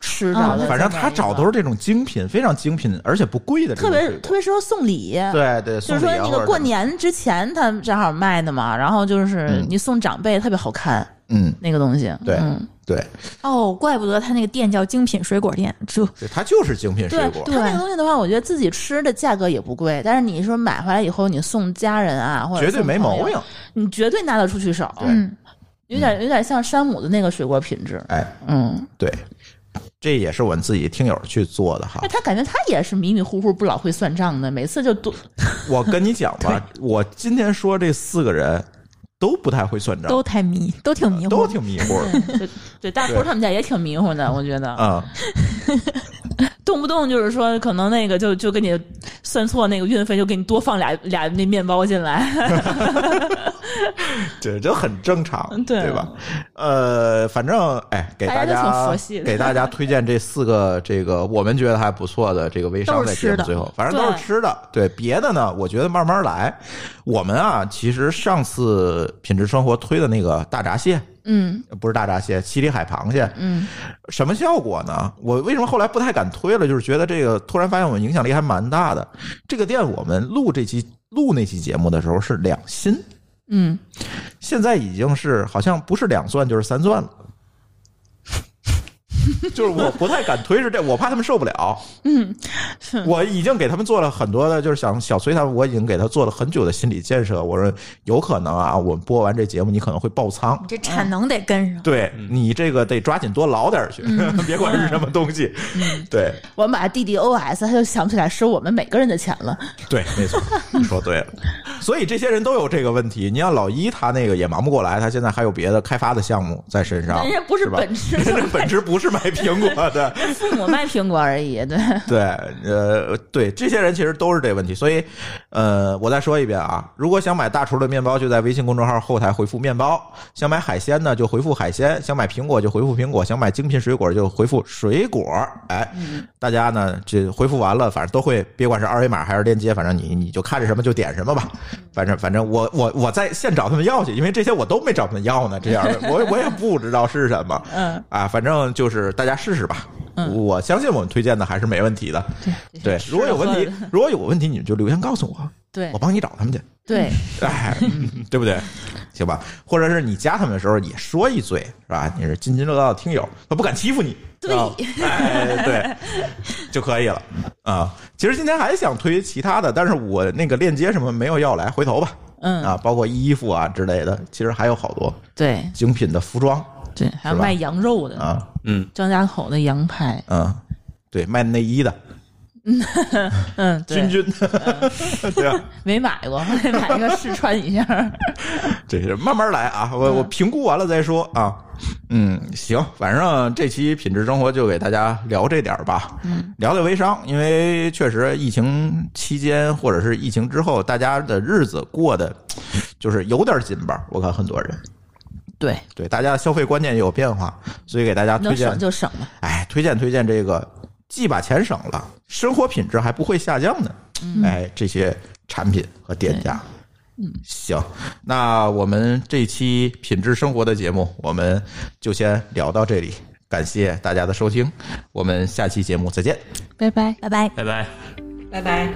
Speaker 4: 吃到
Speaker 2: 嗯
Speaker 4: 的，
Speaker 1: 反正他找都
Speaker 4: 是
Speaker 1: 是这种精品，非常精品，而且不贵的这
Speaker 4: 特
Speaker 1: 种
Speaker 4: 别
Speaker 1: 水
Speaker 4: 特
Speaker 1: 果，
Speaker 4: 别适合送礼，
Speaker 1: 对对，
Speaker 4: 就
Speaker 1: 送
Speaker 4: 是
Speaker 1: 礼
Speaker 4: 说
Speaker 1: 啊或
Speaker 4: 那
Speaker 1: 者
Speaker 4: 个过
Speaker 1: 什么
Speaker 4: 年之前他们正好卖的嘛，然后就是
Speaker 1: 嗯
Speaker 4: 你送长辈特别好看
Speaker 1: 嗯，
Speaker 4: 那个东西，
Speaker 1: 对
Speaker 4: 嗯
Speaker 1: 对，
Speaker 2: 哦，怪不得他那个店叫精品水果店，就
Speaker 1: 对，它就是精品水
Speaker 4: 对，
Speaker 1: 果，
Speaker 4: 它那个东西的话，我觉得自己吃的价格也不贵，但是你说买回来以后你送家人啊，或者
Speaker 1: 绝对
Speaker 4: 送
Speaker 1: 没
Speaker 4: 朋友
Speaker 1: 毛病，
Speaker 4: 你绝对拿得出去手，
Speaker 1: 对
Speaker 2: 嗯
Speaker 4: 有点有点像山姆的那个水果品质，
Speaker 1: 哎，
Speaker 4: 嗯，
Speaker 1: 对，这也是我们自己听友去做的哈
Speaker 4: 那。他感觉他也是迷迷糊糊不老会算账的，每次就多
Speaker 1: 我跟你讲吧，我今天说这四个人都不太会算账，
Speaker 2: 都太迷，都挺迷糊，
Speaker 1: 都挺迷糊的
Speaker 4: 对对大头他们家也挺迷糊的，我觉得、
Speaker 1: 啊、
Speaker 4: 动不动就是说可能那个就就给你算错那个运费，就给你多放俩俩那面包进来，
Speaker 1: 这这很正常，
Speaker 4: 嗯对啊
Speaker 1: 吧？呃，反正哎，给
Speaker 4: 大
Speaker 1: 大
Speaker 4: 家都
Speaker 1: 家
Speaker 4: 挺佛系的
Speaker 1: 给大家推荐这四个这个我们觉得还不错的这个微商
Speaker 2: 都是
Speaker 1: 在
Speaker 2: 吃
Speaker 1: 节目
Speaker 2: 的
Speaker 1: 最后，反正都是
Speaker 4: 对
Speaker 1: 吃的，对别的呢，我觉得慢慢来。我们啊，其实上次品质生活推的那个大闸蟹，
Speaker 4: 嗯
Speaker 1: 不是大闸蟹，七里海螃蟹，
Speaker 4: 嗯，
Speaker 1: 什么效果呢？我为什么后来不太敢推了？就是觉得这个突然发现我们影响力还蛮大的。这个店我们录这期录那期节目的时候是两新，
Speaker 4: 嗯，
Speaker 1: 现在已经是好像不是两钻就是三钻了。就是我不太敢推是这，我怕他们受不了。嗯，我已经给他们做了很多的，就是想小崔他们，我已经给他做了很久的心理建设。我说有可能啊，我们播完这节目你可能会爆仓
Speaker 2: 你，这产能得跟上，
Speaker 1: 对你这个得抓紧多捞点儿去， 别管是什么东西。对
Speaker 4: 我们把弟弟 OS 他就想不起来是我们每个人的钱了，
Speaker 1: 对，没错，你说对了。所以这些人都有这个问题。你像老一，他那个也忙不过来，他现在还有别的开发的项目在身上，
Speaker 4: 人家不是
Speaker 1: 吧
Speaker 4: 本职
Speaker 1: 人家本职不是卖苹果 的。
Speaker 4: 父母卖苹果而已，对，
Speaker 1: 对，呃，对，这些人其实都是这问题，所以，呃，我再说一遍啊，如果想买大厨的面包，就在微信公众号后台回复“面包”；想买海鲜呢，就回复“海鲜”；想买苹果就回复“苹果”；想买精品水果就回复“水果”。哎，
Speaker 4: 嗯
Speaker 1: 大家呢这回复完了，反正都会，别管是二维码还是链接，反正你你就看着什么就点什么吧。
Speaker 4: 嗯
Speaker 1: 反正反正我我我在现找他们要去，因为这些我都没找他们要呢。这样的我我也不知道是什么
Speaker 4: 嗯，
Speaker 1: 啊，反正就是大家试试吧。
Speaker 4: 嗯
Speaker 1: 我相信我们推荐的还是没问题的。
Speaker 4: 对
Speaker 1: 对，如果有问题
Speaker 4: 是，
Speaker 1: 如果有问题，你们就留言告诉我，
Speaker 4: 对
Speaker 1: 我帮你找他们去，
Speaker 4: 对，
Speaker 1: 哎，对不对？行吧，或者是你加他们的时候也说一嘴，是吧？你是津津乐道的听友，他不敢欺负你，
Speaker 4: 对
Speaker 1: 知道吗哎， 对，就可以了啊。其实今天还想推其他的，但是我那个链接什么没有要来，回头吧。
Speaker 4: 嗯，
Speaker 1: 啊，包括衣服啊之类的，其实还有好多
Speaker 4: 对
Speaker 1: 精品的服装
Speaker 4: 对，还有
Speaker 1: 是吧
Speaker 4: 卖羊肉的，
Speaker 1: 啊，
Speaker 3: 嗯，
Speaker 4: 张家口的羊排，
Speaker 1: 嗯，对，卖内衣的
Speaker 4: 嗯，对嗯
Speaker 1: 君君， 对啊吧？
Speaker 4: 没买过， 买一个试穿一下。
Speaker 1: 这是慢慢来啊，我
Speaker 4: 嗯
Speaker 1: 我评估完了再说啊。嗯，行，反正这期品质生活就给大家聊这点儿吧，嗯，聊聊微商，因为确实疫情期间或者是疫情之后，大家的日子过得就是有点紧吧，我看很多人。
Speaker 4: 对，
Speaker 1: 对大家的消费观念也有变化，所以给大家推
Speaker 4: 能
Speaker 1: 荐
Speaker 4: 省就省吧。
Speaker 1: 哎，推荐推荐这个，既把钱省了，生活品质还不会下降的，哎，这些产品和店家。嗯，行，那我们这期品质生活的节目，我们就先聊到这里，感谢大家的收听，我们下期节目再见。
Speaker 4: 拜拜。
Speaker 2: 拜拜。
Speaker 3: 拜拜。
Speaker 5: 拜拜。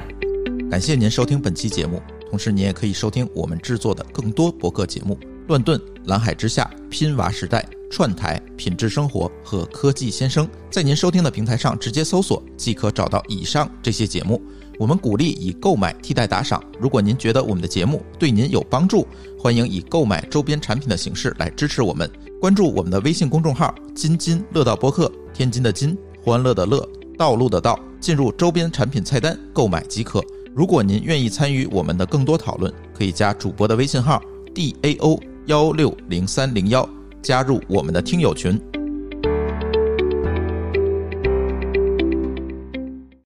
Speaker 1: 感谢您收听本期节目，同时您也可以收听我们制作的更多博客节目：乱炖、蓝海之下、拼娃时代、串台、品质生活和科技先生。在您收听的平台上直接搜索，即可找到以上这些节目。我们鼓励以购买替代打赏。如果您觉得我们的节目对您有帮助，欢迎以购买周边产品的形式来支持我们。关注我们的微信公众号“津津乐道播客”，天津的津，欢乐的乐，道路的道，进入周边产品菜单购买即可。如果您愿意参与我们的更多讨论，可以加主播的微信号 d a o 幺六零三零幺，加入我们的听友群。